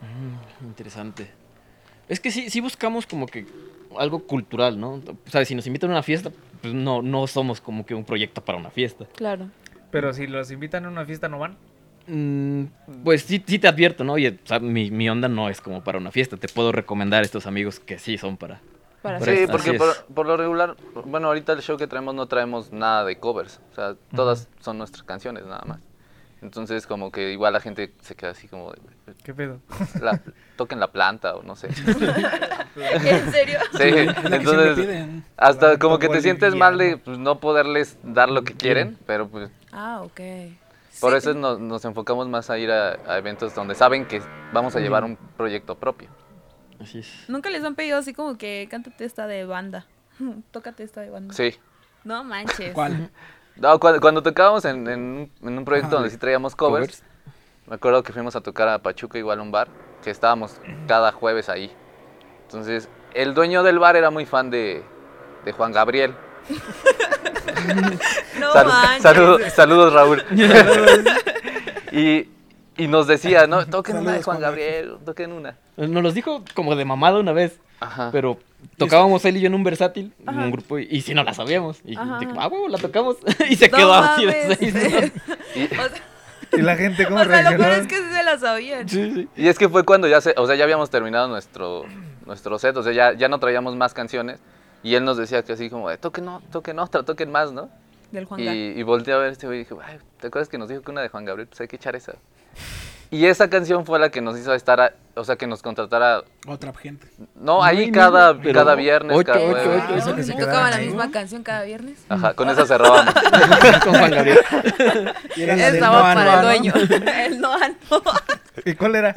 Speaker 5: Mm, Interesante. Es que sí, sí buscamos como que algo cultural, ¿no? O sea, si nos invitan a una fiesta, pues no, no somos como que un proyecto para una fiesta.
Speaker 1: Claro.
Speaker 3: Pero si los invitan a una fiesta, ¿no van?
Speaker 5: Mm, pues sí, sí te advierto, ¿no? Oye, o sea, mi, mi onda no es como para una fiesta. Te puedo recomendar a estos amigos que sí son para...
Speaker 1: Para
Speaker 5: Por
Speaker 4: Sí,
Speaker 5: eso,
Speaker 4: porque
Speaker 5: así
Speaker 4: por,
Speaker 5: es.
Speaker 4: por lo regular, bueno, ahorita el show que traemos no traemos nada de covers, o sea, todas son nuestras canciones nada más. Entonces como que igual la gente se queda así como, de,
Speaker 3: ¿Qué pedo?
Speaker 4: la- toquen la planta o no sé. Sí,
Speaker 1: ¿En serio?
Speaker 4: entonces
Speaker 2: piden.
Speaker 4: hasta
Speaker 3: Planta
Speaker 4: como que te sientes mal de pues, no poderles dar lo que quieren, pero pues
Speaker 1: Ah, ok.
Speaker 4: por
Speaker 1: Sí.
Speaker 4: eso nos, nos enfocamos más a ir a, a eventos donde saben que vamos a llevar un proyecto propio.
Speaker 5: Así es.
Speaker 1: Nunca les han pedido así como que cántate esta de banda. Tócate esta de banda.
Speaker 4: Sí.
Speaker 1: No manches.
Speaker 2: ¿Cuál?
Speaker 4: No, cuando, cuando tocábamos en, en un- en un proyecto
Speaker 2: Ajá.
Speaker 4: donde sí traíamos covers,
Speaker 5: Covers.
Speaker 4: me acuerdo que fuimos a tocar a Pachuca igual un bar, que estábamos cada jueves ahí. Entonces, el dueño del bar era muy fan de, de Juan Gabriel.
Speaker 1: No
Speaker 4: Sal-
Speaker 1: manches.
Speaker 4: saludo- saludos, Raúl. y, y nos decía, ¿no? Toquen una de
Speaker 2: Saludos,
Speaker 4: Juan
Speaker 2: Juan Gabriel.
Speaker 4: Gabriel, toquen una.
Speaker 5: Nos los dijo como de mamada una vez.
Speaker 4: Ajá.
Speaker 5: Pero tocábamos él y yo en un versátil, en
Speaker 1: Ajá.
Speaker 5: un grupo, y, y si no la sabíamos. Y
Speaker 1: Ajá,
Speaker 5: de-
Speaker 1: ajá.
Speaker 5: ah, huevo, la tocamos. y se
Speaker 1: No
Speaker 5: quedó así de
Speaker 1: mames.
Speaker 5: seis. ¿no?
Speaker 4: Y,
Speaker 1: O sea,
Speaker 3: ¿Y la gente cómo
Speaker 1: o sea, lo
Speaker 3: reaccionó?
Speaker 1: peor es que sí se la sabían.
Speaker 5: Sí, sí.
Speaker 4: y es que fue cuando ya se, o sea, ya habíamos terminado nuestro, nuestro set, o sea, ya, ya no traíamos más canciones. Y él nos decía que así como, de, toquen, o- toquen otra, toquen más, ¿no?
Speaker 1: Del Juan
Speaker 4: Y,
Speaker 1: Gabriel.
Speaker 4: y volteé a ver este güey y dije, "Ay, ¿te acuerdas que nos dijo que una de Juan Gabriel? Pues hay que echar esa. Y esa canción fue la que nos hizo estar, a- o sea, que nos contratara.
Speaker 2: Otra gente.
Speaker 4: No, ahí
Speaker 5: no,
Speaker 4: cada,
Speaker 5: pero
Speaker 4: cada viernes,
Speaker 5: ocho,
Speaker 4: cada
Speaker 5: ocho,
Speaker 4: jueves.
Speaker 5: ocho, ocho.
Speaker 2: eso que se
Speaker 1: ¿Y tocaban la
Speaker 2: quedaron ahí,
Speaker 1: misma
Speaker 2: ¿no?
Speaker 1: canción cada viernes?
Speaker 4: Ajá, con esa cerrábamos.
Speaker 5: Con Juan Gabriel.
Speaker 2: Y era la del
Speaker 1: Estaba
Speaker 2: Noah,
Speaker 1: para
Speaker 2: Noah,
Speaker 1: el
Speaker 2: ¿no?
Speaker 1: dueño. el no, no.
Speaker 3: ¿Y cuál era?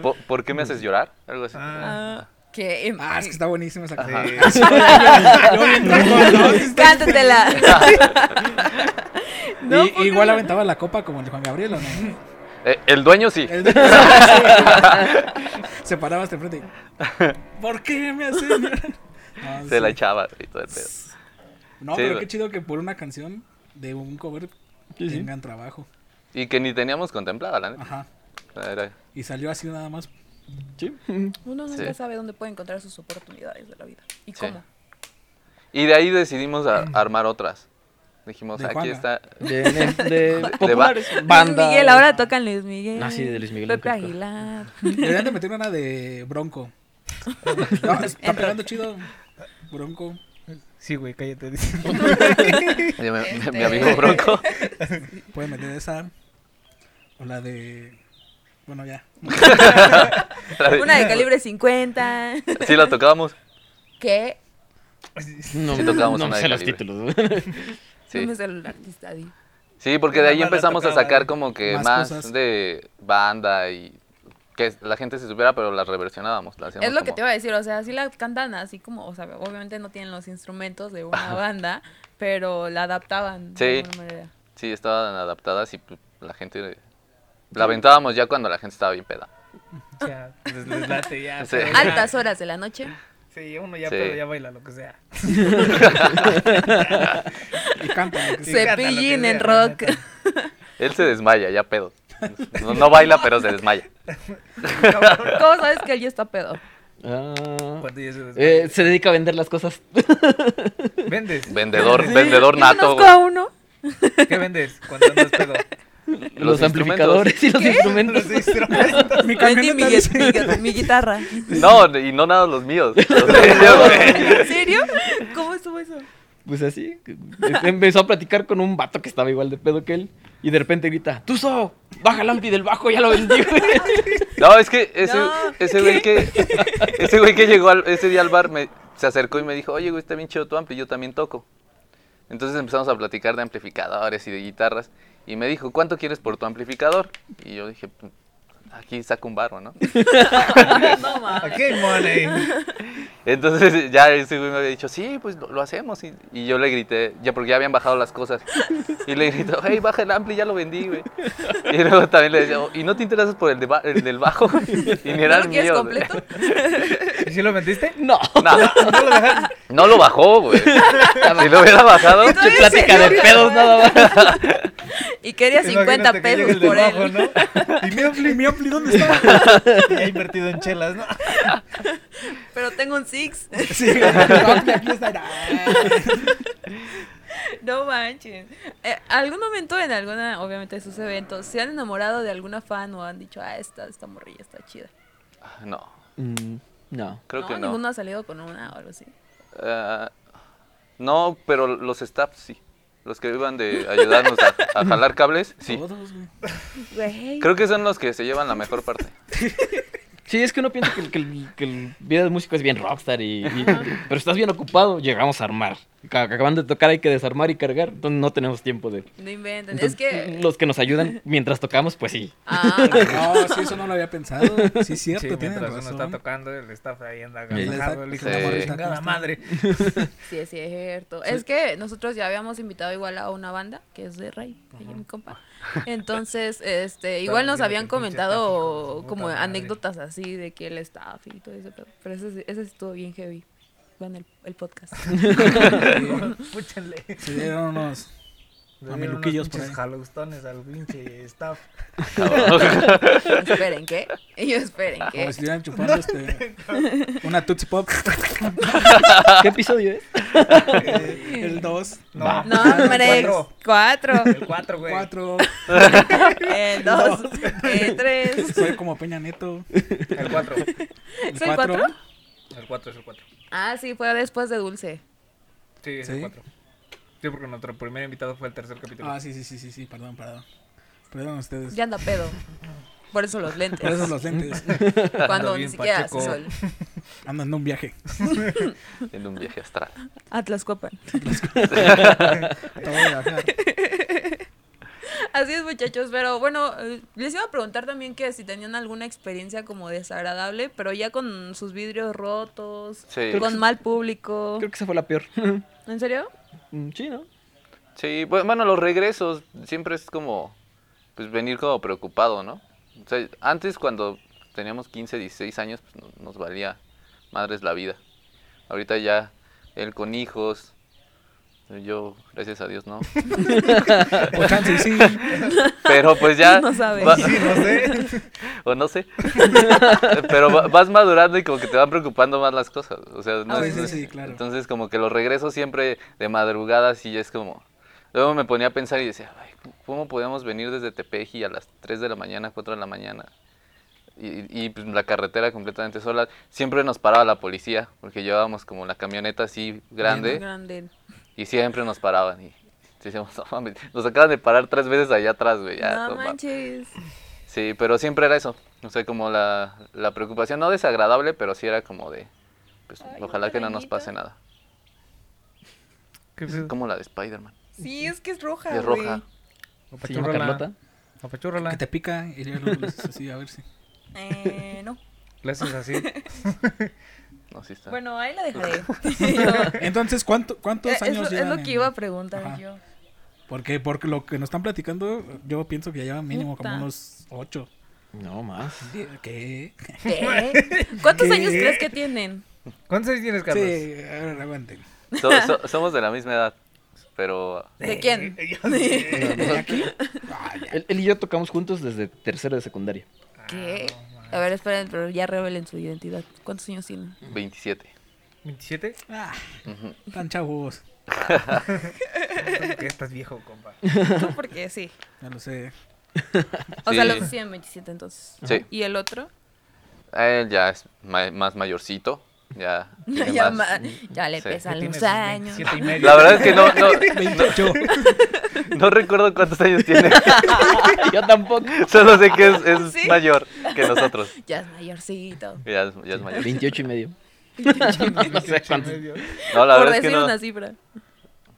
Speaker 4: Po- ¿Por qué me haces llorar? Algo así.
Speaker 3: Ah,
Speaker 1: Ah, que em-
Speaker 2: Ah, es que está buenísima esa canción.
Speaker 3: sí.
Speaker 2: Yo bien tocó, ¿no? Sí está-
Speaker 1: Cántatela. No,
Speaker 2: Y-
Speaker 1: pues,
Speaker 2: Igual
Speaker 1: no.
Speaker 2: aventaba la copa como el de Juan Gabriel, ¿o no?
Speaker 4: Eh, el dueño sí.
Speaker 2: El de- Sí. Se paraba hasta enfrente. y, ¿Por qué me haces llorar? No,
Speaker 4: Se la
Speaker 2: sí.
Speaker 4: echaba y todo el pedo.
Speaker 2: No,
Speaker 4: Sí,
Speaker 2: pero
Speaker 4: güey.
Speaker 2: qué chido que por una canción de un cover
Speaker 5: Sí, sí.
Speaker 2: tengan trabajo.
Speaker 4: Y que ni teníamos contemplada, la neta.
Speaker 2: Ajá.
Speaker 4: Era-
Speaker 2: Y salió así nada más.
Speaker 5: Sí.
Speaker 1: Uno
Speaker 4: Sí.
Speaker 1: nunca sabe dónde puede encontrar sus oportunidades de la vida. ¿Y
Speaker 4: Sí.
Speaker 1: cómo?
Speaker 4: Y de ahí decidimos a- armar otras. Dijimos,
Speaker 2: ¿De
Speaker 4: aquí
Speaker 2: Juanga?
Speaker 4: está.
Speaker 5: De, de, de populares.
Speaker 1: Luis Miguel, ahora tocan Luis Miguel.
Speaker 5: Ah, sí, de Luis Miguel,
Speaker 1: Pepe
Speaker 5: me encanta.
Speaker 1: Aguilar.
Speaker 2: Deberían de meter una de Bronco. No, está pegando chido. Bronco.
Speaker 3: Sí, güey, cállate. dice.
Speaker 4: Oye, me- me- mi
Speaker 1: Este.
Speaker 4: amigo Bronco.
Speaker 2: Pueden meter esa. O la de. Bueno, ya.
Speaker 1: Una de calibre 50.
Speaker 4: Sí, la tocábamos.
Speaker 1: ¿Qué?
Speaker 5: No,
Speaker 4: Sí, tocábamos
Speaker 5: no
Speaker 4: una
Speaker 5: me
Speaker 4: de
Speaker 5: sé los
Speaker 4: Calibre.
Speaker 5: títulos.
Speaker 4: Sí.
Speaker 1: No me sale el artista. di.
Speaker 4: Sí, porque de ahí
Speaker 3: Nada más la
Speaker 4: empezamos a
Speaker 3: tocaba,
Speaker 4: sacar como que
Speaker 2: más
Speaker 4: más,
Speaker 2: cosas.
Speaker 4: de banda y que la gente se supiera, pero las reversionábamos. las hacíamos
Speaker 1: Es lo que
Speaker 4: como-
Speaker 1: te iba a decir, o sea, sí la cantan así como, o sea, obviamente no tienen los instrumentos de una banda, pero la adaptaban
Speaker 4: Sí.
Speaker 1: de alguna manera.
Speaker 4: Sí, estaban adaptadas y pues, la gente... La aventábamos ya cuando la gente estaba bien peda.
Speaker 3: Ya, les, les late ya.
Speaker 4: Sí.
Speaker 3: pero ya.
Speaker 1: Altas horas de la noche.
Speaker 3: Sí, uno ya
Speaker 4: Sí.
Speaker 3: pero ya baila lo que sea.
Speaker 2: Y canta. lo que
Speaker 3: Sí,
Speaker 2: sea.
Speaker 1: Cepillín
Speaker 3: canta lo que sea,
Speaker 1: en
Speaker 3: la
Speaker 1: rock.
Speaker 3: neta.
Speaker 4: Él se desmaya, ya pedo. No, no baila, pero se desmaya.
Speaker 3: Cabrón,
Speaker 1: ¿Cómo sabes que él ya está pedo?
Speaker 5: Ah.
Speaker 3: cuando ya se les-
Speaker 5: Eh, se dedica a vender las cosas.
Speaker 3: ¿Vendes?
Speaker 4: Vendedor, vendedor
Speaker 1: Yo
Speaker 4: nato.
Speaker 1: Conozco a uno.
Speaker 3: ¿Qué vendes cuando andas pedo?
Speaker 5: Los, amplificadores y los instrumentos.
Speaker 3: Los instrumentos.
Speaker 1: Vendí
Speaker 2: Mi camioneta
Speaker 1: mi,
Speaker 2: dice-
Speaker 1: mi gui- mi guitarra.
Speaker 4: güey. No, y no nada los míos. los de ellos, güey.
Speaker 1: ¿En serio? ¿Cómo estuvo eso?
Speaker 5: Pues así. este, Empezó a platicar con un vato que estaba igual de pedo que él. Y de repente grita: ¡Tuso! ¡Baja el ampli del bajo! ¡Ya lo vendí, güey".
Speaker 4: No, es que ese,
Speaker 1: No,
Speaker 4: ese güey que ese güey que llegó al- ese día al bar me, se acercó y me dijo, oye güey, está bien chido tu ampli, yo también toco. Entonces empezamos a platicar de amplificadores y de guitarras. Y me dijo, ¿cuánto quieres por tu amplificador? Y yo dije, "Pues, aquí saco un barro, ¿no?
Speaker 1: No mames.
Speaker 3: Aquí hay money.
Speaker 4: Entonces ya ese güey me había dicho, sí, pues lo, lo hacemos. Y, y yo le grité, ya porque ya habían bajado las cosas. Y le grité, hey, baja el ampli, ya lo vendí, güey. Y luego también le decía, "Oh, ¿y no te interesas por el, de ba- el del bajo? Y ni
Speaker 1: ¿No
Speaker 4: era
Speaker 1: lo
Speaker 4: el
Speaker 1: quieres
Speaker 4: mío. güey.
Speaker 1: completo?
Speaker 3: ¿Y si lo vendiste?
Speaker 5: No.
Speaker 4: No, no lo bajó, güey. Si lo hubiera bajado,
Speaker 1: Y todavía
Speaker 5: Plática
Speaker 1: se
Speaker 5: de
Speaker 1: enoja,
Speaker 5: pedos
Speaker 1: güey.
Speaker 5: nada más.
Speaker 1: Y quería 50
Speaker 3: Imagínate que llegue
Speaker 1: pesos
Speaker 3: el de
Speaker 1: por
Speaker 3: abajo,
Speaker 1: él.
Speaker 3: ¿no? Y mi ampli, mi ampli, ¿dónde está? Ya invertido en chelas, ¿no?
Speaker 1: Pero tengo un six.
Speaker 2: Sí, no, aquí estará.
Speaker 1: No manches. Eh, ¿Algún momento en alguna, obviamente, de sus eventos, se han enamorado de alguna fan o han dicho, ah, esta, esta morrilla está chida?
Speaker 4: no,
Speaker 5: Mm, No.
Speaker 4: creo que no.
Speaker 1: ninguno ha salido con una o algo así.
Speaker 4: Ah, no, pero los staff sí. Los que iban de ayudarnos a, a jalar cables, sí.
Speaker 2: Todos, güey.
Speaker 1: Güey.
Speaker 4: Creo que son los que se llevan la mejor parte.
Speaker 5: Sí, es que uno piensa que, el- que el- que el vida del músico es bien rockstar y, y- Pero estás bien ocupado, llegamos a armar. Ca- Acabando de tocar hay que desarmar y cargar, entonces no tenemos tiempo de...
Speaker 1: No inventen.
Speaker 5: Entonces, mm,
Speaker 1: es
Speaker 2: eh,
Speaker 1: que.
Speaker 5: Los que nos ayudan mientras tocamos, pues sí.
Speaker 1: Ah,
Speaker 2: No, sí, eso no lo había pensado. Sí, es cierto,
Speaker 3: Sí,
Speaker 2: tienen
Speaker 3: mientras uno está
Speaker 2: razón.
Speaker 3: tocando, el staff ahí anda
Speaker 5: Sí.
Speaker 3: agarrado, el hijo
Speaker 4: Sí.
Speaker 3: de la
Speaker 4: Sí.
Speaker 3: chingada madre.
Speaker 1: sí, es cierto. Es que nosotros ya habíamos invitado igual a una banda, que es de Ray, ahí mi compa. Entonces, este, igual nos
Speaker 3: Imagínate
Speaker 1: habían
Speaker 3: el pinche tráfico de su
Speaker 1: comentado
Speaker 3: puta
Speaker 1: como
Speaker 3: madre.
Speaker 1: anécdotas así de que el staff y todo eso. Pero, pero ese, sí- ese sí estuvo bien heavy. Vean el, el podcast.
Speaker 3: Púchenle.
Speaker 2: Se dieron unos.
Speaker 3: Le
Speaker 2: A
Speaker 3: dieron unos
Speaker 2: Meluquillos por
Speaker 3: pinches
Speaker 2: ahí.
Speaker 3: jalustones al pinche staff.
Speaker 1: esperen, ¿qué? Y yo, esperen,
Speaker 2: Como si
Speaker 1: ¿qué?
Speaker 2: estuvieran chupando este, una Tootsie Pop.
Speaker 5: ¿Qué episodio es?
Speaker 2: El Ah, 2,
Speaker 3: No,
Speaker 1: No,
Speaker 3: el
Speaker 1: hombre,
Speaker 3: cuatro.
Speaker 1: cuatro.
Speaker 3: El 4, güey.
Speaker 2: 4.
Speaker 1: El dos, el tres.
Speaker 2: Soy como Peña Neto.
Speaker 3: El 4.
Speaker 2: El
Speaker 1: ¿Soy
Speaker 2: cuatro.
Speaker 1: cuatro?
Speaker 3: El 4 es el 4.
Speaker 1: Ah, sí, fue después de Dulce.
Speaker 3: Sí, es
Speaker 2: ¿Sí?
Speaker 3: el 4. Sí, porque nuestro primer invitado fue el tercer capítulo.
Speaker 2: Ah, sí, sí, sí, sí, sí, perdón, perdón. Perdón ustedes.
Speaker 1: Ya anda pedo. Por eso los lentes.
Speaker 2: Por eso los lentes
Speaker 1: Cuando
Speaker 3: Ando
Speaker 1: ni
Speaker 3: bien
Speaker 1: siquiera hace sol.
Speaker 3: pacheco.
Speaker 2: andan en un viaje.
Speaker 4: En un viaje astral.
Speaker 1: Atlascopan.
Speaker 2: Todo de viajar.
Speaker 1: Así es, muchachos. Pero bueno, eh, les iba a preguntar también que si tenían alguna experiencia como desagradable, pero ya con sus vidrios rotos,
Speaker 4: Sí.
Speaker 1: con mal público.
Speaker 5: Creo que esa fue la peor.
Speaker 1: ¿En serio?
Speaker 5: Mm, Sí, ¿no?
Speaker 4: Sí, bu- bueno, los regresos siempre es como, pues venir como preocupado, ¿no? O sea, antes cuando teníamos 15, 16 años, pues, no- nos valía madres la vida. Ahorita ya él con hijos, Yo, gracias a Dios, no.
Speaker 2: O chance, y sí.
Speaker 4: Pero pues ya.
Speaker 1: No sabes.
Speaker 4: va-
Speaker 3: Sí, no sé.
Speaker 4: o no sé. Pero va- vas madurando y como que te van preocupando más las cosas. O sea, no
Speaker 2: Ah,
Speaker 4: es-
Speaker 2: sí, sí, sí, claro.
Speaker 4: Entonces, como que los regreso siempre de madrugada, así es como. Luego me ponía a pensar y decía, "Ay, ¿cómo podíamos venir desde Tepeji a las 3 de la mañana, 4 de la mañana? Y, y, pues, la carretera completamente sola. Siempre nos paraba la policía, porque llevábamos como la camioneta así grande.
Speaker 1: Grande.
Speaker 4: Y siempre nos paraban. Y decíamos, "No mames, nos acaban de parar tres veces allá atrás, güey. ya,
Speaker 1: no
Speaker 4: no mames".
Speaker 1: manches.
Speaker 4: Sí, pero siempre era eso. No sé, como la, la preocupación, no desagradable, pero sí era como de, pues,
Speaker 1: Ay,
Speaker 4: ojalá
Speaker 1: una
Speaker 4: que no nos
Speaker 1: arañita.
Speaker 4: pase nada.
Speaker 3: ¿Qué pedo?
Speaker 4: Como la de Spider-Man.
Speaker 1: Sí, es que es roja.
Speaker 4: Y es roja.
Speaker 5: Se llama Carlota.
Speaker 3: Apachúrrala.
Speaker 2: Que te pica y ya lo lo haces así, a ver si.
Speaker 1: Eh, no.
Speaker 3: Le haces así.
Speaker 4: No, sí está.
Speaker 1: Bueno, ahí la dejaré. Yo-
Speaker 2: Entonces, ¿cuánto, ¿cuántos
Speaker 1: Eh, es,
Speaker 2: años
Speaker 1: lo- es
Speaker 2: llevan
Speaker 1: lo
Speaker 2: en-
Speaker 1: que iba a preguntar
Speaker 2: Ajá.
Speaker 1: yo.
Speaker 2: Porque, porque lo que nos están platicando, yo pienso que ya llevan mínimo
Speaker 1: Puta.
Speaker 2: como unos 8.
Speaker 5: No más.
Speaker 2: ¿Qué?
Speaker 1: ¿Qué? ¿Cuántos
Speaker 2: ¿Qué?
Speaker 1: años crees que tienen?
Speaker 3: ¿Cuántos años tienes, Carlos?
Speaker 2: Sí, a ver, aguanten.
Speaker 4: So- so- somos de la misma edad, pero
Speaker 1: ¿De quién?
Speaker 2: ¿De aquí? Ah, ya.
Speaker 5: Él, él y yo tocamos juntos desde tercero de secundaria.
Speaker 3: Ah,
Speaker 1: ¿Qué? A ver, esperen, pero ya revelen su identidad. ¿Cuántos años tienen?
Speaker 4: 27.
Speaker 3: ¿27?
Speaker 2: Ah, tan chavos.
Speaker 3: Que estás viejo, compa.
Speaker 1: Tú porque sí.
Speaker 2: Ya lo sé.
Speaker 1: O sea,
Speaker 4: Sí.
Speaker 1: los 100, 27 entonces.
Speaker 4: Sí.
Speaker 1: ¿Y el otro?
Speaker 4: Él ya es ma- más mayorcito. Ya. tiene
Speaker 1: ya,
Speaker 4: más-
Speaker 1: ma- ya le
Speaker 4: Sí.
Speaker 1: pesan
Speaker 3: Que
Speaker 1: los
Speaker 3: tienes
Speaker 1: años.
Speaker 3: 27 y medio.
Speaker 4: La verdad es que no, no,
Speaker 2: 28.
Speaker 4: no recuerdo cuántos años tiene.
Speaker 5: yo tampoco.
Speaker 4: Solo sé que es, es
Speaker 1: Sí.
Speaker 4: mayor que nosotros.
Speaker 1: Ya es mayorcito.
Speaker 4: Ya es, ya es mayor.
Speaker 5: 28 y medio. no sé
Speaker 3: 28 y
Speaker 5: cuántos.
Speaker 3: medio.
Speaker 4: No, la
Speaker 1: Por
Speaker 4: verdad es
Speaker 1: decir
Speaker 4: que no.
Speaker 1: una cifra.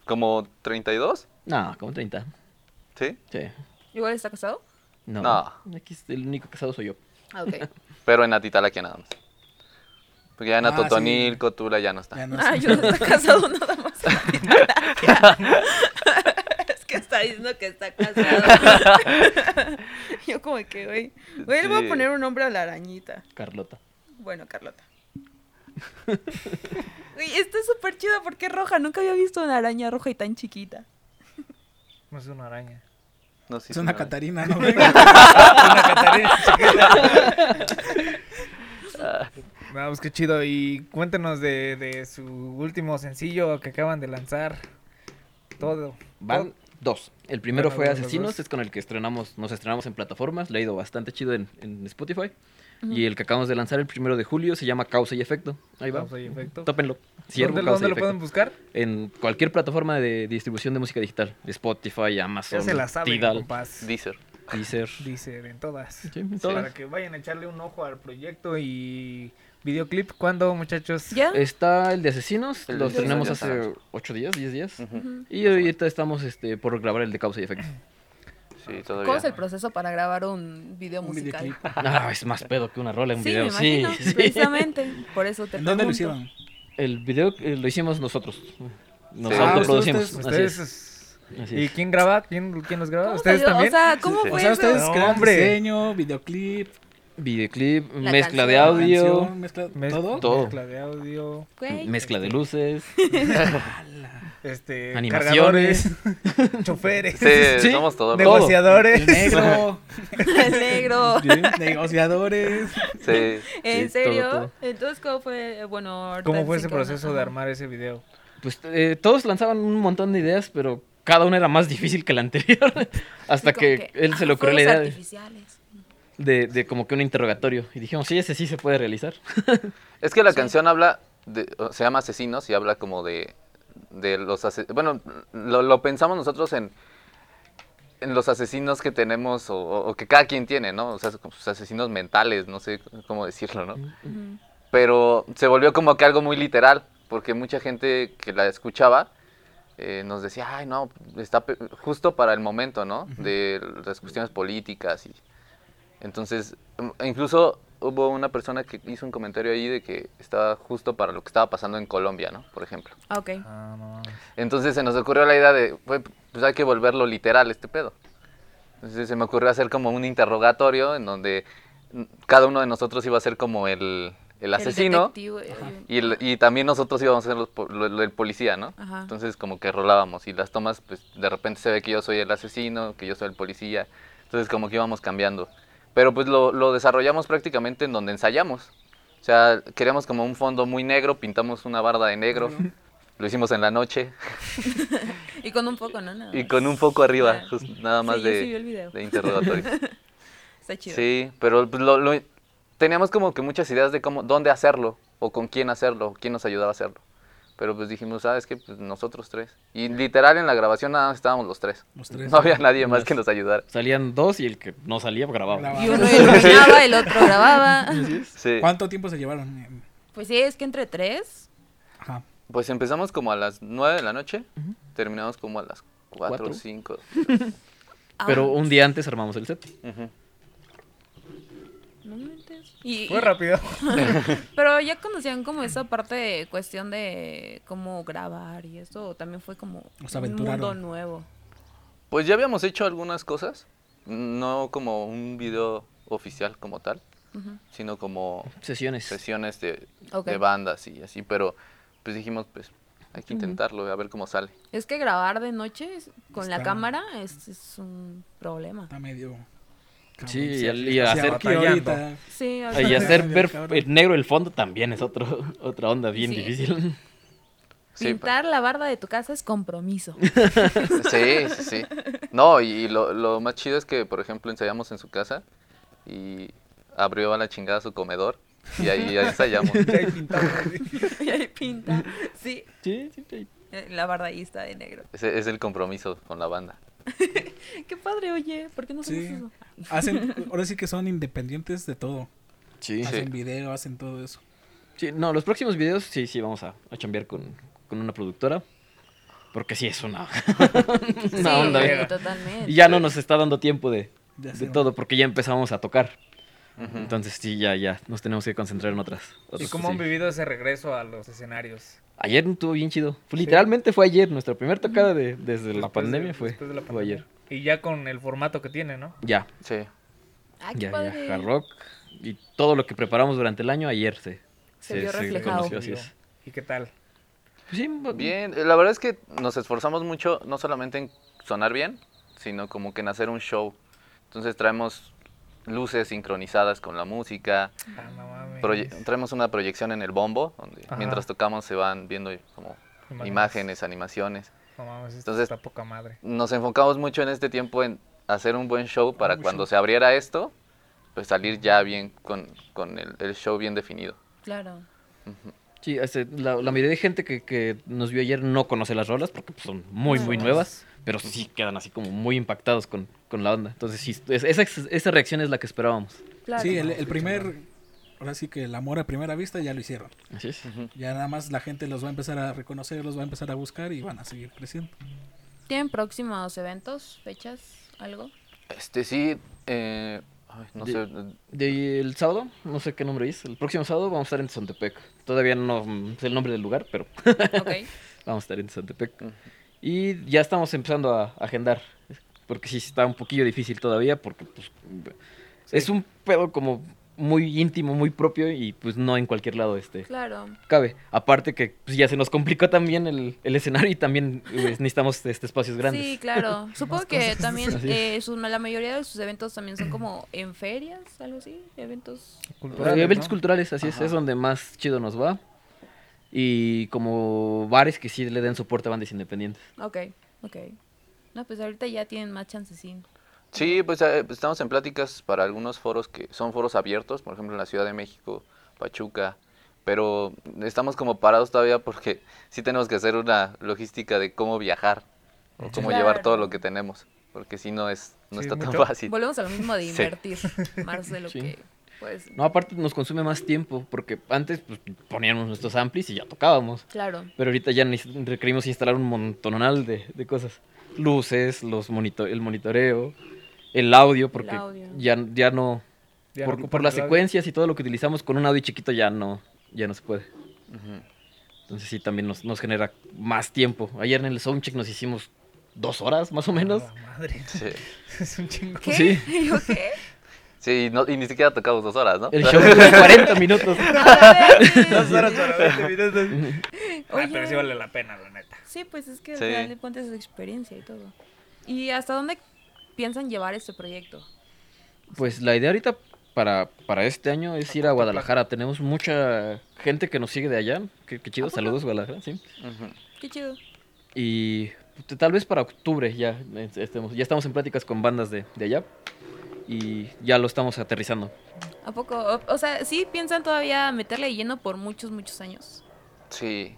Speaker 4: ¿Como 32?
Speaker 5: No, como 30.
Speaker 4: ¿Sí?
Speaker 5: Sí.
Speaker 1: ¿Igual está casado?
Speaker 5: No.
Speaker 4: No.
Speaker 5: Aquí es- el único casado soy yo.
Speaker 1: Ah, ok.
Speaker 4: Pero en Atitalaquia nada más. Porque ya en
Speaker 2: Ah,
Speaker 4: Atotonilco, Tula ya no está.
Speaker 2: Ya no
Speaker 1: Ah,
Speaker 2: sé.
Speaker 1: yo no está casado nada más. es que está diciendo que está casado. yo como que, güey. Güey, le voy
Speaker 4: Sí.
Speaker 1: a poner un nombre a la arañita.
Speaker 5: Carlota.
Speaker 1: Bueno, Carlota. Güey, está súper chida porque es roja. Nunca había visto una araña roja y tan chiquita.
Speaker 3: No es una araña.
Speaker 4: No, sí,
Speaker 2: Es
Speaker 4: sí,
Speaker 2: una
Speaker 4: no.
Speaker 2: Catarina, ¿no? Venga.
Speaker 3: No, pues qué chido. Y cuéntenos de, de su último sencillo que acaban de lanzar. Todo.
Speaker 5: Van
Speaker 3: Todo.
Speaker 5: dos. El primero
Speaker 3: Van
Speaker 5: fue
Speaker 3: dos, van
Speaker 5: Asesinos,
Speaker 3: dos.
Speaker 5: es con el que estrenamos, nos estrenamos en plataformas, le ha ido bastante chido en, en Spotify. Y el que acabamos de lanzar el primero de julio se llama Causa y Efecto. Ahí va.
Speaker 3: Causa y Efecto.
Speaker 5: Tópenlo. Ciervo,
Speaker 3: ¿Dónde,
Speaker 5: Causa
Speaker 3: dónde
Speaker 5: y
Speaker 3: lo
Speaker 5: Efecto.
Speaker 3: pueden buscar?
Speaker 5: En cualquier plataforma de distribución de música digital. Spotify, Amazon,
Speaker 3: Ya se la saben,
Speaker 5: Tidal,
Speaker 3: compás.
Speaker 4: Deezer.
Speaker 5: Deezer.
Speaker 3: Dice en todas.
Speaker 5: Sí, en todas.
Speaker 3: Para que vayan a echarle un ojo al proyecto y videoclip. ¿Cuándo, muchachos?
Speaker 1: ¿Ya?
Speaker 5: Está el de Asesinos,
Speaker 4: El de
Speaker 5: lo
Speaker 4: Asesinos
Speaker 5: estrenamos
Speaker 4: ya
Speaker 5: hace 8 días, 10 días.
Speaker 4: Ujú.
Speaker 5: Y ahorita estamos este, por grabar el de Causa y Efecto.
Speaker 4: Sí,
Speaker 1: ¿Cómo
Speaker 4: todavía.
Speaker 1: es el proceso para grabar un video
Speaker 2: Un
Speaker 1: musical?
Speaker 2: videoclip.
Speaker 5: Ah, es más pedo que una rola en un
Speaker 1: Sí,
Speaker 5: video.
Speaker 1: me imagino,
Speaker 5: sí, sí.
Speaker 1: precisamente. Por eso te
Speaker 2: ¿En dónde lo
Speaker 1: pregunto.
Speaker 2: hicieron?
Speaker 5: El video eh, lo hicimos nosotros. Nos
Speaker 4: Sí.
Speaker 3: Ah,
Speaker 5: autoproducimos.
Speaker 3: ustedes-
Speaker 5: así
Speaker 3: ustedes-
Speaker 5: es, así
Speaker 3: ¿Y
Speaker 5: es.
Speaker 3: quién graba? ¿Quién, quién los graba?
Speaker 1: ¿Cómo
Speaker 3: ¿Ustedes
Speaker 1: salió?
Speaker 3: también?
Speaker 1: O sea, ¿cómo
Speaker 4: Sí, sí.
Speaker 1: fue
Speaker 2: O sea,
Speaker 1: eso?
Speaker 2: ustedes
Speaker 3: No,
Speaker 2: crean
Speaker 3: hombre.
Speaker 2: diseño, videoclip,
Speaker 5: Videoclip,
Speaker 1: La
Speaker 5: mezcla de
Speaker 1: canción.
Speaker 5: audio,
Speaker 2: canción, mezcla,
Speaker 3: Mez-
Speaker 2: todo.
Speaker 5: Todo.
Speaker 3: Mezcla de audio,
Speaker 1: Güey,
Speaker 5: mezcla de luces.
Speaker 3: este,
Speaker 5: Animaciones.
Speaker 3: cargadores, choferes,
Speaker 4: Sí,
Speaker 5: Sí.
Speaker 4: somos todos.
Speaker 5: Nego-
Speaker 2: El
Speaker 3: negociadores.
Speaker 2: negro,
Speaker 1: el negro.
Speaker 2: negociadores.
Speaker 4: Sí.
Speaker 1: ¿En
Speaker 5: Sí, todo,
Speaker 1: serio?
Speaker 5: todo.
Speaker 1: Entonces, ¿cómo fue? Eh, Bueno, ahorita
Speaker 3: ¿Cómo fue
Speaker 1: sí
Speaker 3: ese
Speaker 1: que-
Speaker 3: proceso de
Speaker 1: ajá.
Speaker 3: armar ese video?
Speaker 5: Pues eh, todos lanzaban un montón de ideas, pero cada una era más difícil que la anterior.
Speaker 1: Y
Speaker 5: Hasta
Speaker 1: como
Speaker 5: que, él se
Speaker 1: ah,
Speaker 5: le ocurrió la
Speaker 1: fuegos
Speaker 5: idea de,
Speaker 1: artificiales.
Speaker 5: de- de como que un interrogatorio. Y dijimos, sí, ese sí se puede realizar.
Speaker 4: Es que la canción habla, de, o- se llama Asesinos y habla como de, de los asesinos. Bueno, lo, lo pensamos nosotros en, en los asesinos que tenemos o, o- o que cada quien tiene, ¿no? O sea, como sus asesinos mentales, no sé cómo decirlo, ¿no?
Speaker 1: Ujú.
Speaker 4: Pero se volvió como que algo muy literal, porque mucha gente que la escuchaba eh, nos decía, ay, no, está pe- justo para el momento, ¿no? De las cuestiones políticas y... Entonces, mm, incluso hubo una persona que hizo un comentario ahí de que estaba justo para lo que estaba pasando en Colombia, ¿no? Por ejemplo.
Speaker 1: Ah, ok.
Speaker 3: Ah, no mames.
Speaker 4: Entonces se nos ocurrió la idea de, "Güey, pues hay que volverlo literal este pedo. Entonces se me ocurrió hacer como un interrogatorio en donde mm, cada uno de nosotros iba a ser como el, el asesino
Speaker 1: detective, eh,
Speaker 4: y, el- y también nosotros íbamos a ser los po- lo- lo- el policía, ¿no?
Speaker 1: Ajá.
Speaker 4: Entonces como que rolábamos y las tomas, pues de repente se ve que yo soy el asesino, que yo soy el policía, entonces como que íbamos cambiando. Pero pues lo, lo desarrollamos prácticamente en donde ensayamos. O sea, queríamos como un fondo muy negro, pintamos una barda de negro, lo hicimos en la noche
Speaker 1: Y con un poco, ¿no? Nada
Speaker 4: y
Speaker 1: más.
Speaker 4: con un poco arriba,
Speaker 1: Ah.
Speaker 4: just- nada más
Speaker 1: Sí, yo sí vi el
Speaker 4: de,
Speaker 1: video.
Speaker 4: de interrogatorio.
Speaker 1: Está chido.
Speaker 4: Sí, pero pues, lo, lo- teníamos como que muchas ideas de cómo, dónde hacerlo, o con quién hacerlo, o quién nos ayudaba a hacerlo. Pero pues dijimos, ah, es que pues, nosotros tres. Y literal en la grabación nada más estábamos los tres.
Speaker 2: Los tres.
Speaker 4: No había nadie más que nos ayudara.
Speaker 5: Salían dos y el que no salía grababa.
Speaker 2: Grababa.
Speaker 1: Y uno iluminaba, el otro grababa.
Speaker 4: Sí.
Speaker 2: ¿Cuánto tiempo se llevaron?
Speaker 1: Pues sí, es que entre tres.
Speaker 2: Ajá.
Speaker 4: Pues empezamos como a las 9 de la noche, terminamos como a las 4 o
Speaker 5: ¿Cuatro?
Speaker 4: 5.
Speaker 1: ah,
Speaker 5: Pero un día antes armamos el set.
Speaker 1: no me metes. Y,
Speaker 3: Fue
Speaker 1: y-
Speaker 3: rápido.
Speaker 1: pero ya conocían como esa parte de cuestión de cómo grabar y eso. ¿o También fue como
Speaker 2: O se
Speaker 1: un
Speaker 2: aventuraron.
Speaker 1: mundo nuevo.
Speaker 4: Pues ya habíamos hecho algunas cosas, no como un video oficial como tal,
Speaker 1: Ujú.
Speaker 4: sino como
Speaker 5: Sesiones.
Speaker 4: sesiones de,
Speaker 1: Ok.
Speaker 4: de bandas y así, pero pues dijimos, pues hay que intentarlo, a ver cómo sale.
Speaker 1: Es que grabar de noche es- con la
Speaker 2: Está- Ah.
Speaker 1: cámara es, es un problema.
Speaker 2: Está medio.
Speaker 5: Sí,
Speaker 2: cabrón,
Speaker 5: y, al- y
Speaker 2: sí,
Speaker 5: hacer que
Speaker 2: batallando.
Speaker 3: ahorita-
Speaker 1: Sí, ahorita-
Speaker 5: Y hacer ver
Speaker 2: Cabrón.
Speaker 5: el negro el fondo también es otro, otra onda bien
Speaker 1: Sí.
Speaker 5: difícil.
Speaker 4: Sí, pues, pa-
Speaker 1: pintar la barda de tu casa es compromiso.
Speaker 4: sí, sí, sí. No, y, y lo, lo más chido es que, por ejemplo, ensayamos en su casa y abrió a la chingada su comedor y ahí ahí ensayamos.
Speaker 3: Ahí pintamos, sí.
Speaker 1: y ahí pinta. Sí,
Speaker 5: Sí, sí, sí.
Speaker 1: eh, la barda ahí está de negro.
Speaker 4: Ese es el compromiso con la banda.
Speaker 1: Qué padre, oye, ¿por qué no hacemos
Speaker 2: Sí.
Speaker 1: eso?
Speaker 2: Hacen, ahora sí que son independientes de todo.
Speaker 5: Sí.
Speaker 2: Hacen video, hacen todo eso.
Speaker 5: Sí, no, los próximos videos sí, sí, vamos a, a chambear con, con una productora. Porque sí es una, una
Speaker 1: sí,
Speaker 5: onda.
Speaker 1: oye,
Speaker 5: ¿eh?
Speaker 1: totalmente.
Speaker 5: Y ya no nos está dando tiempo de,
Speaker 2: Ya
Speaker 5: de
Speaker 2: sé, ¿no?
Speaker 5: todo, porque ya empezamos a tocar. Entonces sí, ya, ya, nos tenemos que concentrar en otras.
Speaker 3: ¿Y
Speaker 5: otras
Speaker 3: cómo han
Speaker 5: sí.
Speaker 3: vivido ese regreso a los escenarios?
Speaker 5: Ayer estuvo bien chido. Fue- Literalmente fue ayer, nuestra primera tocada de, desde la
Speaker 3: Después de-
Speaker 5: pandemia fue,
Speaker 3: después de la
Speaker 5: fue ayer.
Speaker 3: Y ya con el formato que tiene, ¿no?
Speaker 5: Ya,
Speaker 4: Sí.
Speaker 1: Ah, qué
Speaker 5: ya, ya,
Speaker 1: padre.
Speaker 5: hard rock y todo lo que preparamos durante el año ayer se,
Speaker 1: Se vio reflejado.
Speaker 5: conoció, así es.
Speaker 3: ¿Y qué tal?
Speaker 5: Pues sí, va-
Speaker 4: Bien, eh, la verdad es que nos esforzamos mucho, no solamente en sonar bien, sino como que en hacer un show. Entonces traemos luces sincronizadas con la música,
Speaker 3: Ah, no mames.
Speaker 4: proye- traemos una proyección en el bombo, donde
Speaker 3: Ajá.
Speaker 4: mientras tocamos se van viendo como
Speaker 3: Imágenes.
Speaker 4: imágenes, animaciones.
Speaker 3: No mames, esto
Speaker 4: Entonces-
Speaker 3: está poca madre.
Speaker 4: nos enfocamos mucho en este tiempo en hacer un buen show para cuando se abriera esto, pues salir ya bien con, con el, el show bien definido.
Speaker 1: Claro.
Speaker 5: sí, este, la, la mayoría de gente que, que nos vio ayer no conoce las rolas porque pues, son muy, muy nuevas, pero sí quedan así como muy impactados con, con la onda. Entonces sí, es- esa, esa reacción es la que esperábamos.
Speaker 1: Claro.
Speaker 2: Sí, el, el primer. Ahora sí que el amor a primera vista ya lo hicieron.
Speaker 5: Así es.
Speaker 2: Ya nada más la gente los va a empezar a reconocer, los va a empezar a buscar y van a seguir creciendo.
Speaker 1: ¿Tienen próximos eventos, fechas, algo?
Speaker 4: Este sí, eh, ay, no
Speaker 5: De-
Speaker 4: sé,
Speaker 5: De- el sábado, no sé qué nombre es, el próximo sábado vamos a estar en Tezontepec. Todavía no mm, sé el nombre del lugar, pero
Speaker 1: Ok.
Speaker 5: Vamos a estar en Santepec.
Speaker 4: Ujú.
Speaker 5: Y ya estamos empezando a agendar. Porque sí está un poquillo difícil todavía. Porque pues, es un pedo como muy íntimo, muy propio. Y pues no en cualquier lado este
Speaker 1: Claro.
Speaker 5: cabe. Aparte que pues, ya se nos complicó también el, el escenario. Y también pues, necesitamos este, espacios grandes.
Speaker 1: Sí, claro. Supongo que también
Speaker 5: Así
Speaker 1: eh, sus- la mayoría de sus eventos también son como en ferias, algo así, eventos.
Speaker 5: Eh, eventos culturales, así
Speaker 4: Ajá.
Speaker 5: es. Es donde más chido nos va. Y como bares que sí le den soporte a bandas independientes.
Speaker 1: Ok, ok. No, pues ahorita ya tienen más chancecín.
Speaker 4: sí, pues eh, pues, estamos en pláticas para algunos foros que son foros abiertos, por ejemplo en la Ciudad de México, Pachuca, pero estamos como parados todavía porque sí tenemos que hacer una logística de cómo viajar o cómo llevar todo
Speaker 1: Claro.
Speaker 4: lo que tenemos, porque si no es no
Speaker 3: Sí,
Speaker 4: está tan
Speaker 3: mucho.
Speaker 4: fácil.
Speaker 1: Volvemos a lo mismo de
Speaker 4: Sí.
Speaker 1: invertir más de lo
Speaker 5: Sí.
Speaker 1: que pues
Speaker 5: No, aparte nos consume más tiempo, porque antes pues, poníamos nuestros amplis y ya tocábaamos.
Speaker 1: Claro.
Speaker 5: Pero ahorita ya neces- requerimos instalar un montonal de, de cosas. Luces, los monito- el monitoreo, el audio, porque
Speaker 1: El audio.
Speaker 5: Ya, ya no... por, por las secuencias y todo lo que utilizamos con un audio chiquito ya no, ya no se puede.
Speaker 4: Ujú.
Speaker 5: Entonces sí, también nos, nos genera más tiempo. Ayer en el soundcheck nos hicimos dos horas, más o menos.
Speaker 3: Madre,
Speaker 4: Sí.
Speaker 3: es un chingo.
Speaker 1: ¿Qué?
Speaker 5: Sí.
Speaker 1: ¿Yo qué?
Speaker 4: Sí, y, no- y ni siquiera tocamos dos horas, ¿no?
Speaker 5: El show dura 40 minutos.
Speaker 3: Dos horas para 20 minutos. Ah, pero
Speaker 1: Oye.
Speaker 3: sí vale la pena, la neta.
Speaker 1: Sí, pues es que al
Speaker 4: Sí.
Speaker 1: final de cuentas es experiencia y todo. ¿Y hasta dónde piensan llevar este proyecto?
Speaker 5: Pues la idea ahorita para, para este año es ir a Guadalajara. Tenemos mucha gente que nos sigue de allá. Qué, qué chido, saludos Guadalajara, sí.
Speaker 4: Ujú.
Speaker 1: Qué chido.
Speaker 5: Y t- tal vez para octubre ya eh, estemos, ya estamos en pláticas con bandas de, de allá. Y ya lo estamos aterrizando.
Speaker 1: ¿A poco? O, o sea, ¿sí piensan todavía meterle de lleno por muchos, muchos años?
Speaker 4: Sí.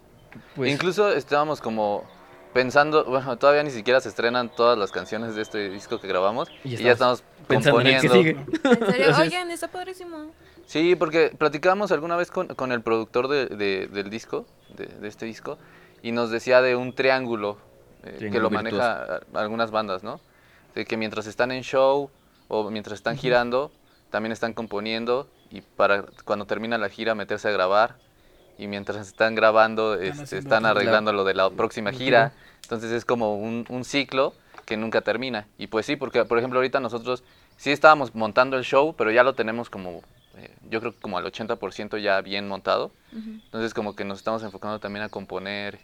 Speaker 5: Pues,
Speaker 4: Incluso estábamos como pensando, bueno, todavía ni siquiera se estrenan todas las canciones de este disco que grabamos
Speaker 5: Y
Speaker 4: y, ya estamos
Speaker 5: pensando en el que
Speaker 4: componiendo.
Speaker 5: sigue.
Speaker 1: ¿En serio?
Speaker 5: Entonces-
Speaker 1: Oigan, está padrísimo.
Speaker 4: Sí, porque platicábamos alguna vez con, con el productor de- de- del disco, de, de este disco, y nos decía de un triángulo, eh, que
Speaker 5: Triángulo
Speaker 4: lo maneja a- algunas bandas, ¿no? De que mientras están en show o mientras están girando, también están componiendo y para cuando termina la gira meterse a grabar y mientras están grabando este,
Speaker 2: haciendo
Speaker 4: están
Speaker 2: otra.
Speaker 4: arreglando lo de la próxima
Speaker 5: Ujú.
Speaker 4: gira. Entonces es como un, un ciclo que nunca termina. Y pues sí, porque por ejemplo ahorita nosotros sí estábamos montando el show, pero ya lo tenemos como, eh, yo creo que como al 80% ya bien montado.
Speaker 1: Ujú.
Speaker 4: Entonces como que nos estamos enfocando también a componer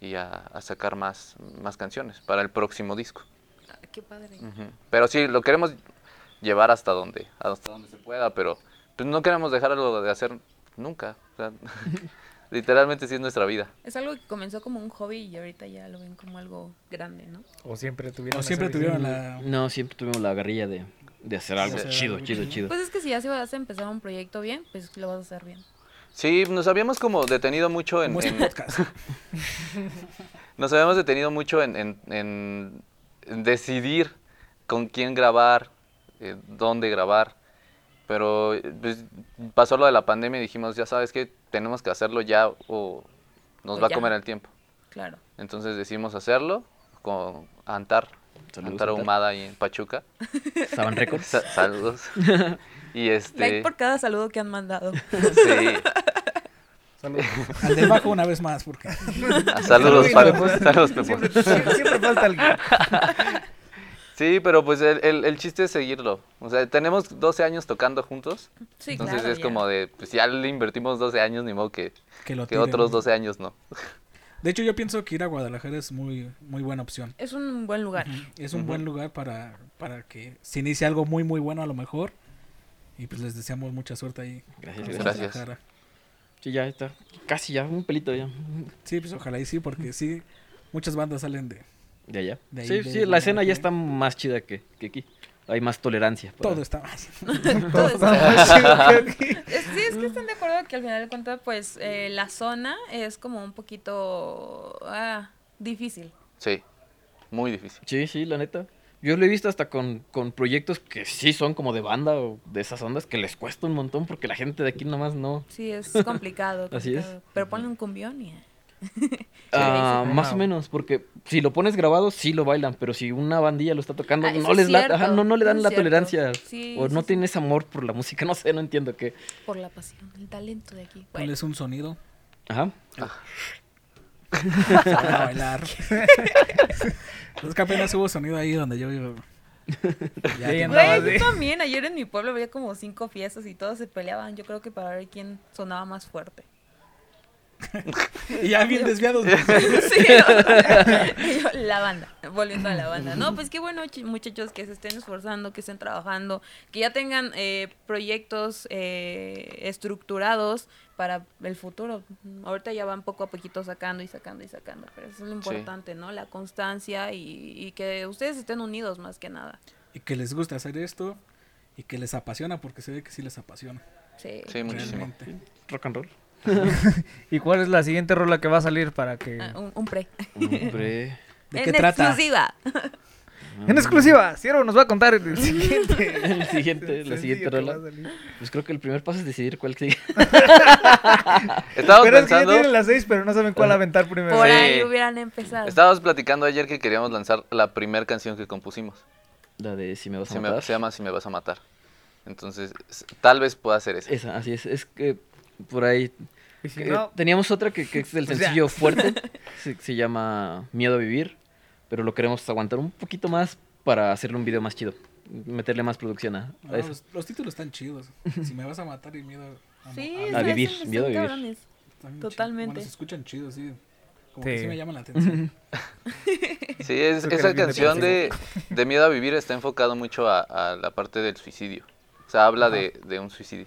Speaker 4: y a, a sacar más, más canciones para el próximo disco.
Speaker 1: Ah, Qué padre.
Speaker 4: Ujú. Pero sí, lo queremos llevar hasta donde, hasta donde se pueda, pero pues, no queremos dejarlo de hacer nunca. O sea, literalmente sí es nuestra vida.
Speaker 1: Es algo que comenzó como un hobby y ahorita ya lo ven como algo grande, ¿no?
Speaker 3: O siempre tuvieron.
Speaker 2: O siempre
Speaker 3: esa
Speaker 2: tuvieron
Speaker 3: visión.
Speaker 2: la...
Speaker 5: No, siempre tuvimos la garrilla de, de hacer algo
Speaker 4: Sí.
Speaker 5: chido, chido, chido.
Speaker 1: Pues es que si ya se vas a empezar un proyecto bien, pues lo vas a hacer bien.
Speaker 4: Sí, nos habíamos como detenido mucho en...
Speaker 2: Como este
Speaker 4: en-
Speaker 2: podcast.
Speaker 4: nos habíamos detenido mucho en, en- en- en decidir con quién grabar, eh, dónde grabar, pero eh, pues, pasó lo de la pandemia y dijimos, ya sabes que tenemos que hacerlo ya o nos
Speaker 1: O
Speaker 4: va
Speaker 1: ya.
Speaker 4: a comer el tiempo.
Speaker 1: Claro.
Speaker 4: Entonces decidimos hacerlo con Antar,
Speaker 5: Saludos,
Speaker 4: Antar
Speaker 5: Antar.
Speaker 4: Ahumada ahí en Pachuca.
Speaker 5: Estaban récords.
Speaker 4: Sa- saludos. y este...
Speaker 1: Like por cada saludo que han mandado.
Speaker 4: sí.
Speaker 3: Saludos.
Speaker 2: Al de bajo una vez más, porque...
Speaker 4: Ah, Saludos, Paco.
Speaker 3: Saludos.
Speaker 4: Saludos, Pepo.
Speaker 3: Siempre, siempre- siempre falta alguien.
Speaker 4: Sí, pero pues el, el- el chiste es seguirlo. O sea, tenemos 12 años tocando juntos.
Speaker 1: Sí,
Speaker 4: entonces
Speaker 1: claro.
Speaker 4: es
Speaker 1: ya.
Speaker 4: como de, pues ya le invertimos 12 años, ni modo que,
Speaker 2: Que lo
Speaker 4: que
Speaker 2: tiren.
Speaker 4: otros 12 años no.
Speaker 2: De hecho, yo pienso que ir a Guadalajara es muy, muy buena opción.
Speaker 1: Es un buen lugar.
Speaker 2: Es un buen lugar para, para que se inicie algo muy, muy bueno a lo mejor. Y pues les deseamos mucha suerte ahí.
Speaker 5: Gracias,
Speaker 2: en
Speaker 5: gracias.
Speaker 4: gracias.
Speaker 2: Guadalajara.
Speaker 5: Sí, ya está. Casi ya, un pelito ya.
Speaker 2: Sí, pues ojalá y sí, porque sí, muchas bandas salen de...
Speaker 5: De allá.
Speaker 2: De ahí,
Speaker 5: sí,
Speaker 2: de
Speaker 5: sí, la
Speaker 2: Guadalajara.
Speaker 5: escena ya está más chida que, que aquí. Hay más tolerancia. para-
Speaker 2: Todo está...
Speaker 1: Todo está-
Speaker 3: Saludos.
Speaker 1: Es- Sí,
Speaker 5: Mm.
Speaker 1: es que están de acuerdo que al final de cuentas, pues eh, la zona es como un poquito ah, difícil.
Speaker 4: Sí, muy difícil.
Speaker 5: Sí, sí, la neta. Yo lo he visto hasta con, con proyectos que sí son como de banda o de esas ondas que les cuesta un montón porque la gente de aquí nomás no.
Speaker 1: Sí, es complicado.
Speaker 5: Así es.
Speaker 1: complicado. Pero ponle un cumbión y.
Speaker 5: Ah,
Speaker 3: sí, sí.
Speaker 5: más o
Speaker 3: Wow.
Speaker 5: menos, porque si lo pones grabado, sí lo bailan, pero si una bandilla lo está tocando,
Speaker 1: Ah, eso
Speaker 5: no,
Speaker 1: es
Speaker 5: les la-
Speaker 1: cierto,
Speaker 5: ajá, no, no le dan
Speaker 1: eso
Speaker 5: la
Speaker 1: es cierto.
Speaker 5: tolerancia.
Speaker 1: Sí,
Speaker 5: o
Speaker 1: sí,
Speaker 5: no
Speaker 1: sí.
Speaker 5: tienes amor por la música, no sé, no entiendo qué.
Speaker 1: Por la pasión, el talento de aquí. Bueno,
Speaker 2: Ponles un sonido
Speaker 5: Ajá.
Speaker 2: para bailar. es que apenas hubo sonido ahí donde yo vivo.
Speaker 3: Ya ahí
Speaker 2: tiene-
Speaker 3: andaba.
Speaker 1: Güey,
Speaker 3: no, sí.
Speaker 1: yo también. Ayer en mi pueblo había como cinco fiestas y todos se peleaban. Yo creo que para ver quién sonaba más fuerte.
Speaker 2: Y ya bien desviados.
Speaker 1: Sí, o sea, y yo, la banda, volviendo a la banda. No, pues qué bueno, chi- muchachos, que se estén esforzando, que estén trabajando, que ya tengan eh, proyectos eh, estructurados para el futuro. Ahorita ya van poco a poquito sacando y sacando y sacando, pero eso es lo importante, ¿no? La constancia y, y que ustedes estén unidos más que nada.
Speaker 2: Y que les gusta hacer esto. Y que les apasiona, porque se ve que sí les apasiona.
Speaker 1: Sí.
Speaker 4: Sí, muchísimo.
Speaker 2: Realmente.
Speaker 5: Rock and roll.
Speaker 3: ¿Y cuál es la siguiente rola que va a salir para que.
Speaker 1: Ah, un, un pre.
Speaker 5: Hombre.
Speaker 2: ¿De
Speaker 1: en
Speaker 2: qué trata?
Speaker 1: exclusiva.
Speaker 3: En exclusiva, Ciervo nos va a contar el siguiente.
Speaker 5: El siguiente,
Speaker 3: sencillo
Speaker 5: la siguiente
Speaker 3: que va a
Speaker 5: rola.
Speaker 3: salir.
Speaker 5: Pues creo que el primer paso es decidir cuál sigue.
Speaker 3: Pero es
Speaker 4: Estábamos
Speaker 3: que ya
Speaker 4: pensando, Ah.
Speaker 3: tienen las seis, pero no saben cuál aventar primero.
Speaker 1: Por
Speaker 4: Sí.
Speaker 1: ahí hubieran empezado.
Speaker 4: estábamos platicando ayer que queríamos lanzar la primera canción que compusimos.
Speaker 5: La de si me vas a
Speaker 4: Se, me-
Speaker 5: matar.
Speaker 4: se llama Si me vas a matar. Entonces, s- tal vez pueda ser esa.
Speaker 5: Esa, así es. Es que por ahí.
Speaker 3: Y si
Speaker 5: eh,
Speaker 3: no,
Speaker 5: Teníamos otra que, que es del
Speaker 3: O sea.
Speaker 5: sencillo fuerte. se, se llama Miedo a vivir. Pero lo queremos aguantar un poquito más para hacerle un video más chido. meterle más producción a, a
Speaker 1: Ah,
Speaker 2: No,
Speaker 5: eso.
Speaker 1: pues,
Speaker 2: los, los títulos están chidos. si me vas a matar y miedo. a
Speaker 1: Sí,
Speaker 2: matar,
Speaker 5: A
Speaker 1: sí,
Speaker 5: vivir,
Speaker 1: están-
Speaker 5: miedo a
Speaker 1: están
Speaker 5: vivir.
Speaker 1: cabrones.
Speaker 2: están bien
Speaker 1: totalmente.
Speaker 2: chidos. Bueno, se escuchan chidos, sí. Como
Speaker 3: Sí.
Speaker 2: que sí me llaman la atención.
Speaker 4: Sí, es-
Speaker 3: Creo que
Speaker 4: esa
Speaker 3: eres bien
Speaker 4: canción de, de Miedo a Vivir está enfocado mucho a, a la parte del suicidio. O sea, habla de, de un suicidio.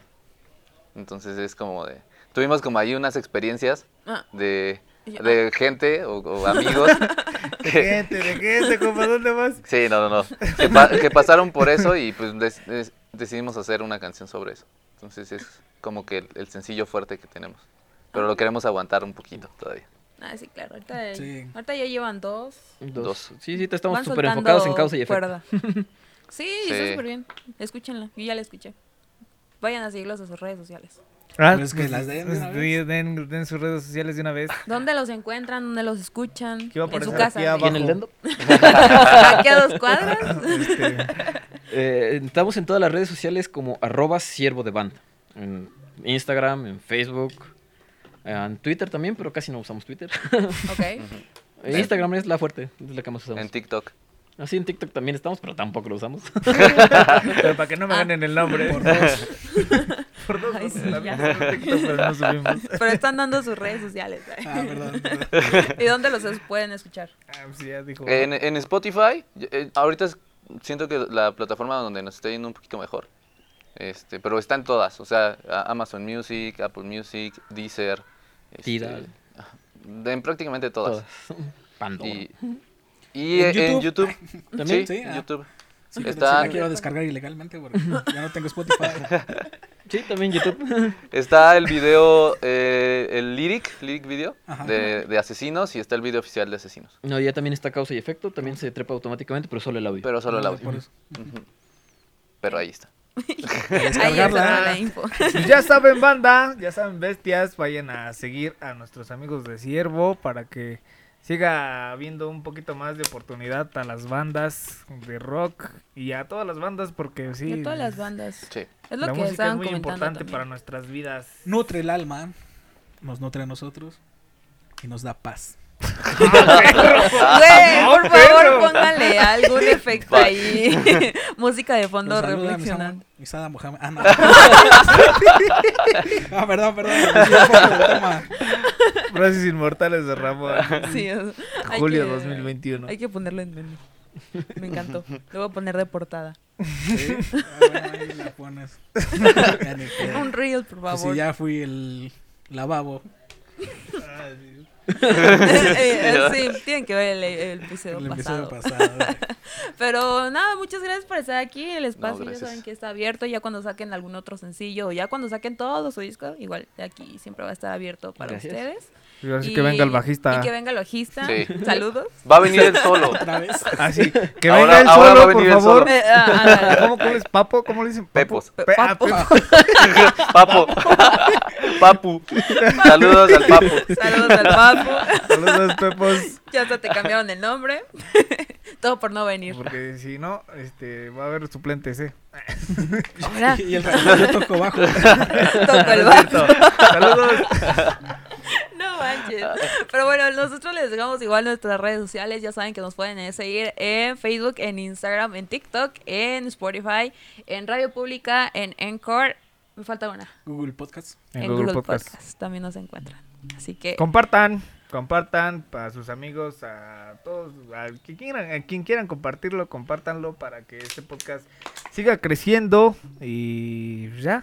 Speaker 4: Entonces es como de... Tuvimos como ahí unas experiencias
Speaker 1: Ah,
Speaker 4: de,
Speaker 1: Y yo, ah.
Speaker 4: de gente o, o amigos
Speaker 3: De
Speaker 4: que...
Speaker 3: pues, gente, de gente, compa, ¿dónde vas?
Speaker 4: Sí, no, no, no. Que, pa- que pasaron por eso y pues des- des- decidimos hacer una canción sobre eso. Entonces es como que el, el sencillo fuerte que tenemos. Pero lo queremos aguantar un poquito todavía.
Speaker 1: ah, sí, claro. Ahorita,
Speaker 2: Sí.
Speaker 1: ahorita ya llevan dos.
Speaker 4: Dos.
Speaker 5: Sí, sí, te estamos
Speaker 1: Van
Speaker 5: súper enfocados en
Speaker 1: soltando
Speaker 5: causa y efecto.
Speaker 1: cuerda. sí, está
Speaker 4: Sí.
Speaker 1: súper bien. Escúchenla. Yo ya la escuché. Vayan a seguirlos a sus redes sociales.
Speaker 3: Ah,
Speaker 2: Pues que las den de una
Speaker 3: pues, den, den sus redes sociales de una vez.
Speaker 1: ¿Dónde los encuentran? ¿Dónde los escuchan?
Speaker 3: ¿Qué va a
Speaker 1: en su
Speaker 3: aparecer
Speaker 1: casa.
Speaker 3: aquí
Speaker 5: ¿Y en
Speaker 3: abajo?
Speaker 5: el dendo?
Speaker 1: Aquí a dos cuadras.
Speaker 3: Este,
Speaker 5: Eh, estamos en todas las redes sociales como arroba siervo de banda. En Instagram, en Facebook, en Twitter también, pero casi no usamos Twitter.
Speaker 1: ok.
Speaker 5: En Instagram es la fuerte, es la que más usamos.
Speaker 4: En TikTok.
Speaker 5: Así en TikTok también estamos, pero tampoco lo usamos.
Speaker 3: pero para que no me ganen el nombre. Ah. Por dos. Por dos.
Speaker 1: Ay, sí,
Speaker 3: la-
Speaker 1: ya.
Speaker 3: pero no subimos.
Speaker 1: Pero están dando sus redes sociales.
Speaker 2: ah, perdón. perdón.
Speaker 1: ¿Y dónde los es- pueden escuchar?
Speaker 3: Ah, pues ya dijo.
Speaker 4: En, en Spotify, y- eh, ahorita es- siento que la plataforma donde nos está yendo un poquito mejor. Este, pero están todas, o sea, a- Amazon Music, Apple Music, Deezer. este,
Speaker 5: Tidal.
Speaker 4: de- en prácticamente todas.
Speaker 5: Todas. Pandora.
Speaker 4: Y, y
Speaker 2: ¿En
Speaker 4: en, en
Speaker 2: YouTube?
Speaker 4: YouTube.
Speaker 2: ¿También?
Speaker 4: Sí,
Speaker 2: Sí,
Speaker 4: en
Speaker 2: ah.
Speaker 4: YouTube.
Speaker 2: Sí, pero sí
Speaker 4: Están-
Speaker 2: la quiero descargar ilegalmente porque ya no tengo Spotify.
Speaker 5: Sí, también YouTube.
Speaker 4: Está el video, eh, el lyric, lyric video
Speaker 2: Ajá.
Speaker 4: de, de Asesinos y está el video oficial de Asesinos.
Speaker 5: No, ya también está causa y efecto, también se trepa automáticamente, pero solo el audio.
Speaker 4: Pero solo el
Speaker 2: Por
Speaker 4: audio.
Speaker 2: eso.
Speaker 4: Ujú. Pero ahí está.
Speaker 1: Ahí está
Speaker 2: descargarla.
Speaker 1: la info.
Speaker 3: Pues ya saben, banda, ya saben, bestias, vayan a seguir a nuestros amigos de Ciervo para que siga habiendo un poquito más de oportunidad a las bandas de rock y a todas las bandas porque sí.
Speaker 1: Y a todas las bandas.
Speaker 4: Sí.
Speaker 1: Es lo
Speaker 3: la
Speaker 1: que
Speaker 3: música es
Speaker 1: estaban
Speaker 3: muy
Speaker 1: comentando
Speaker 3: importante
Speaker 1: también.
Speaker 3: para nuestras vidas.
Speaker 2: Nutre el alma, nos nutre a nosotros y nos da paz.
Speaker 1: Güey, por
Speaker 3: Ah, perro.
Speaker 1: favor, póngale algún efecto ahí. Música de fondo
Speaker 2: Los saluda Misama-
Speaker 1: reflexionante.
Speaker 2: Misada Mohamed. Ah, no. ah, perdón, perdón. me desvié un poco del tema.
Speaker 3: Frases inmortales de Ramón.
Speaker 1: Sí, o sea, hay
Speaker 3: Julio
Speaker 1: que-
Speaker 3: 2021.
Speaker 1: Hay que ponerlo en meme. Me encantó. Lo voy a poner de portada.
Speaker 2: Sí. Ah, bueno, ahí la pones. Ya ni pedo.
Speaker 1: Un reel, por
Speaker 2: Pues
Speaker 1: favor.
Speaker 2: si ya fui el lavabo,
Speaker 1: Eh, eh, sí, tienen que ver el, el episodio
Speaker 2: el
Speaker 1: pasado.
Speaker 2: episodio pasado.
Speaker 1: Pero nada, muchas gracias por estar aquí. El espacio ya
Speaker 4: gracias.
Speaker 1: saben que está abierto. Ya cuando saquen algún otro sencillo o ya cuando saquen todo su disco, igual aquí siempre va a estar abierto para
Speaker 5: Gracias.
Speaker 1: ustedes.
Speaker 3: Y ahora sí
Speaker 1: Y-
Speaker 3: que venga el
Speaker 1: Y
Speaker 3: bajista.
Speaker 1: que venga el bajista.
Speaker 4: Sí.
Speaker 1: Saludos.
Speaker 4: Va a venir el solo.
Speaker 2: Otra vez. Ah,
Speaker 3: Así, que
Speaker 4: Ahora-
Speaker 3: venga el
Speaker 4: ahora va a
Speaker 3: solo, por
Speaker 4: venir el
Speaker 3: favor.
Speaker 4: solo.
Speaker 1: Eh, ah, ah, ah,
Speaker 3: ¿Cómo, ¿Cómo es Papo? ¿Cómo le dicen? Papo.
Speaker 4: Pepos.
Speaker 3: Pe- ah,
Speaker 1: Papo.
Speaker 3: Pepo.
Speaker 4: Papo. Papu. Saludos al Papu.
Speaker 1: Saludos al papo.
Speaker 3: Saludos, Pepos.
Speaker 1: Ya hasta te cambiaron el nombre. Todo por no venir.
Speaker 3: Porque si no, este, va a haber suplentes, ¿eh?
Speaker 1: Ahora
Speaker 2: Y el yo toco bajo.
Speaker 1: toco el
Speaker 3: No es
Speaker 1: bajo.
Speaker 3: cierto. Saludos.
Speaker 1: No manches. Pero bueno, nosotros les dejamos igual nuestras redes sociales. Ya saben que nos pueden eh, seguir en Facebook, en Instagram, en TikTok, en Spotify, en Radio Pública, en Encore. Me falta una.
Speaker 2: Google Podcast.
Speaker 1: En, Google, Podcast. también nos encuentran. Así que
Speaker 3: Compartan, compartan para sus amigos, a todos, a quien quieran, a quien quieran compartirlo, compártanlo para que este podcast siga creciendo y ya.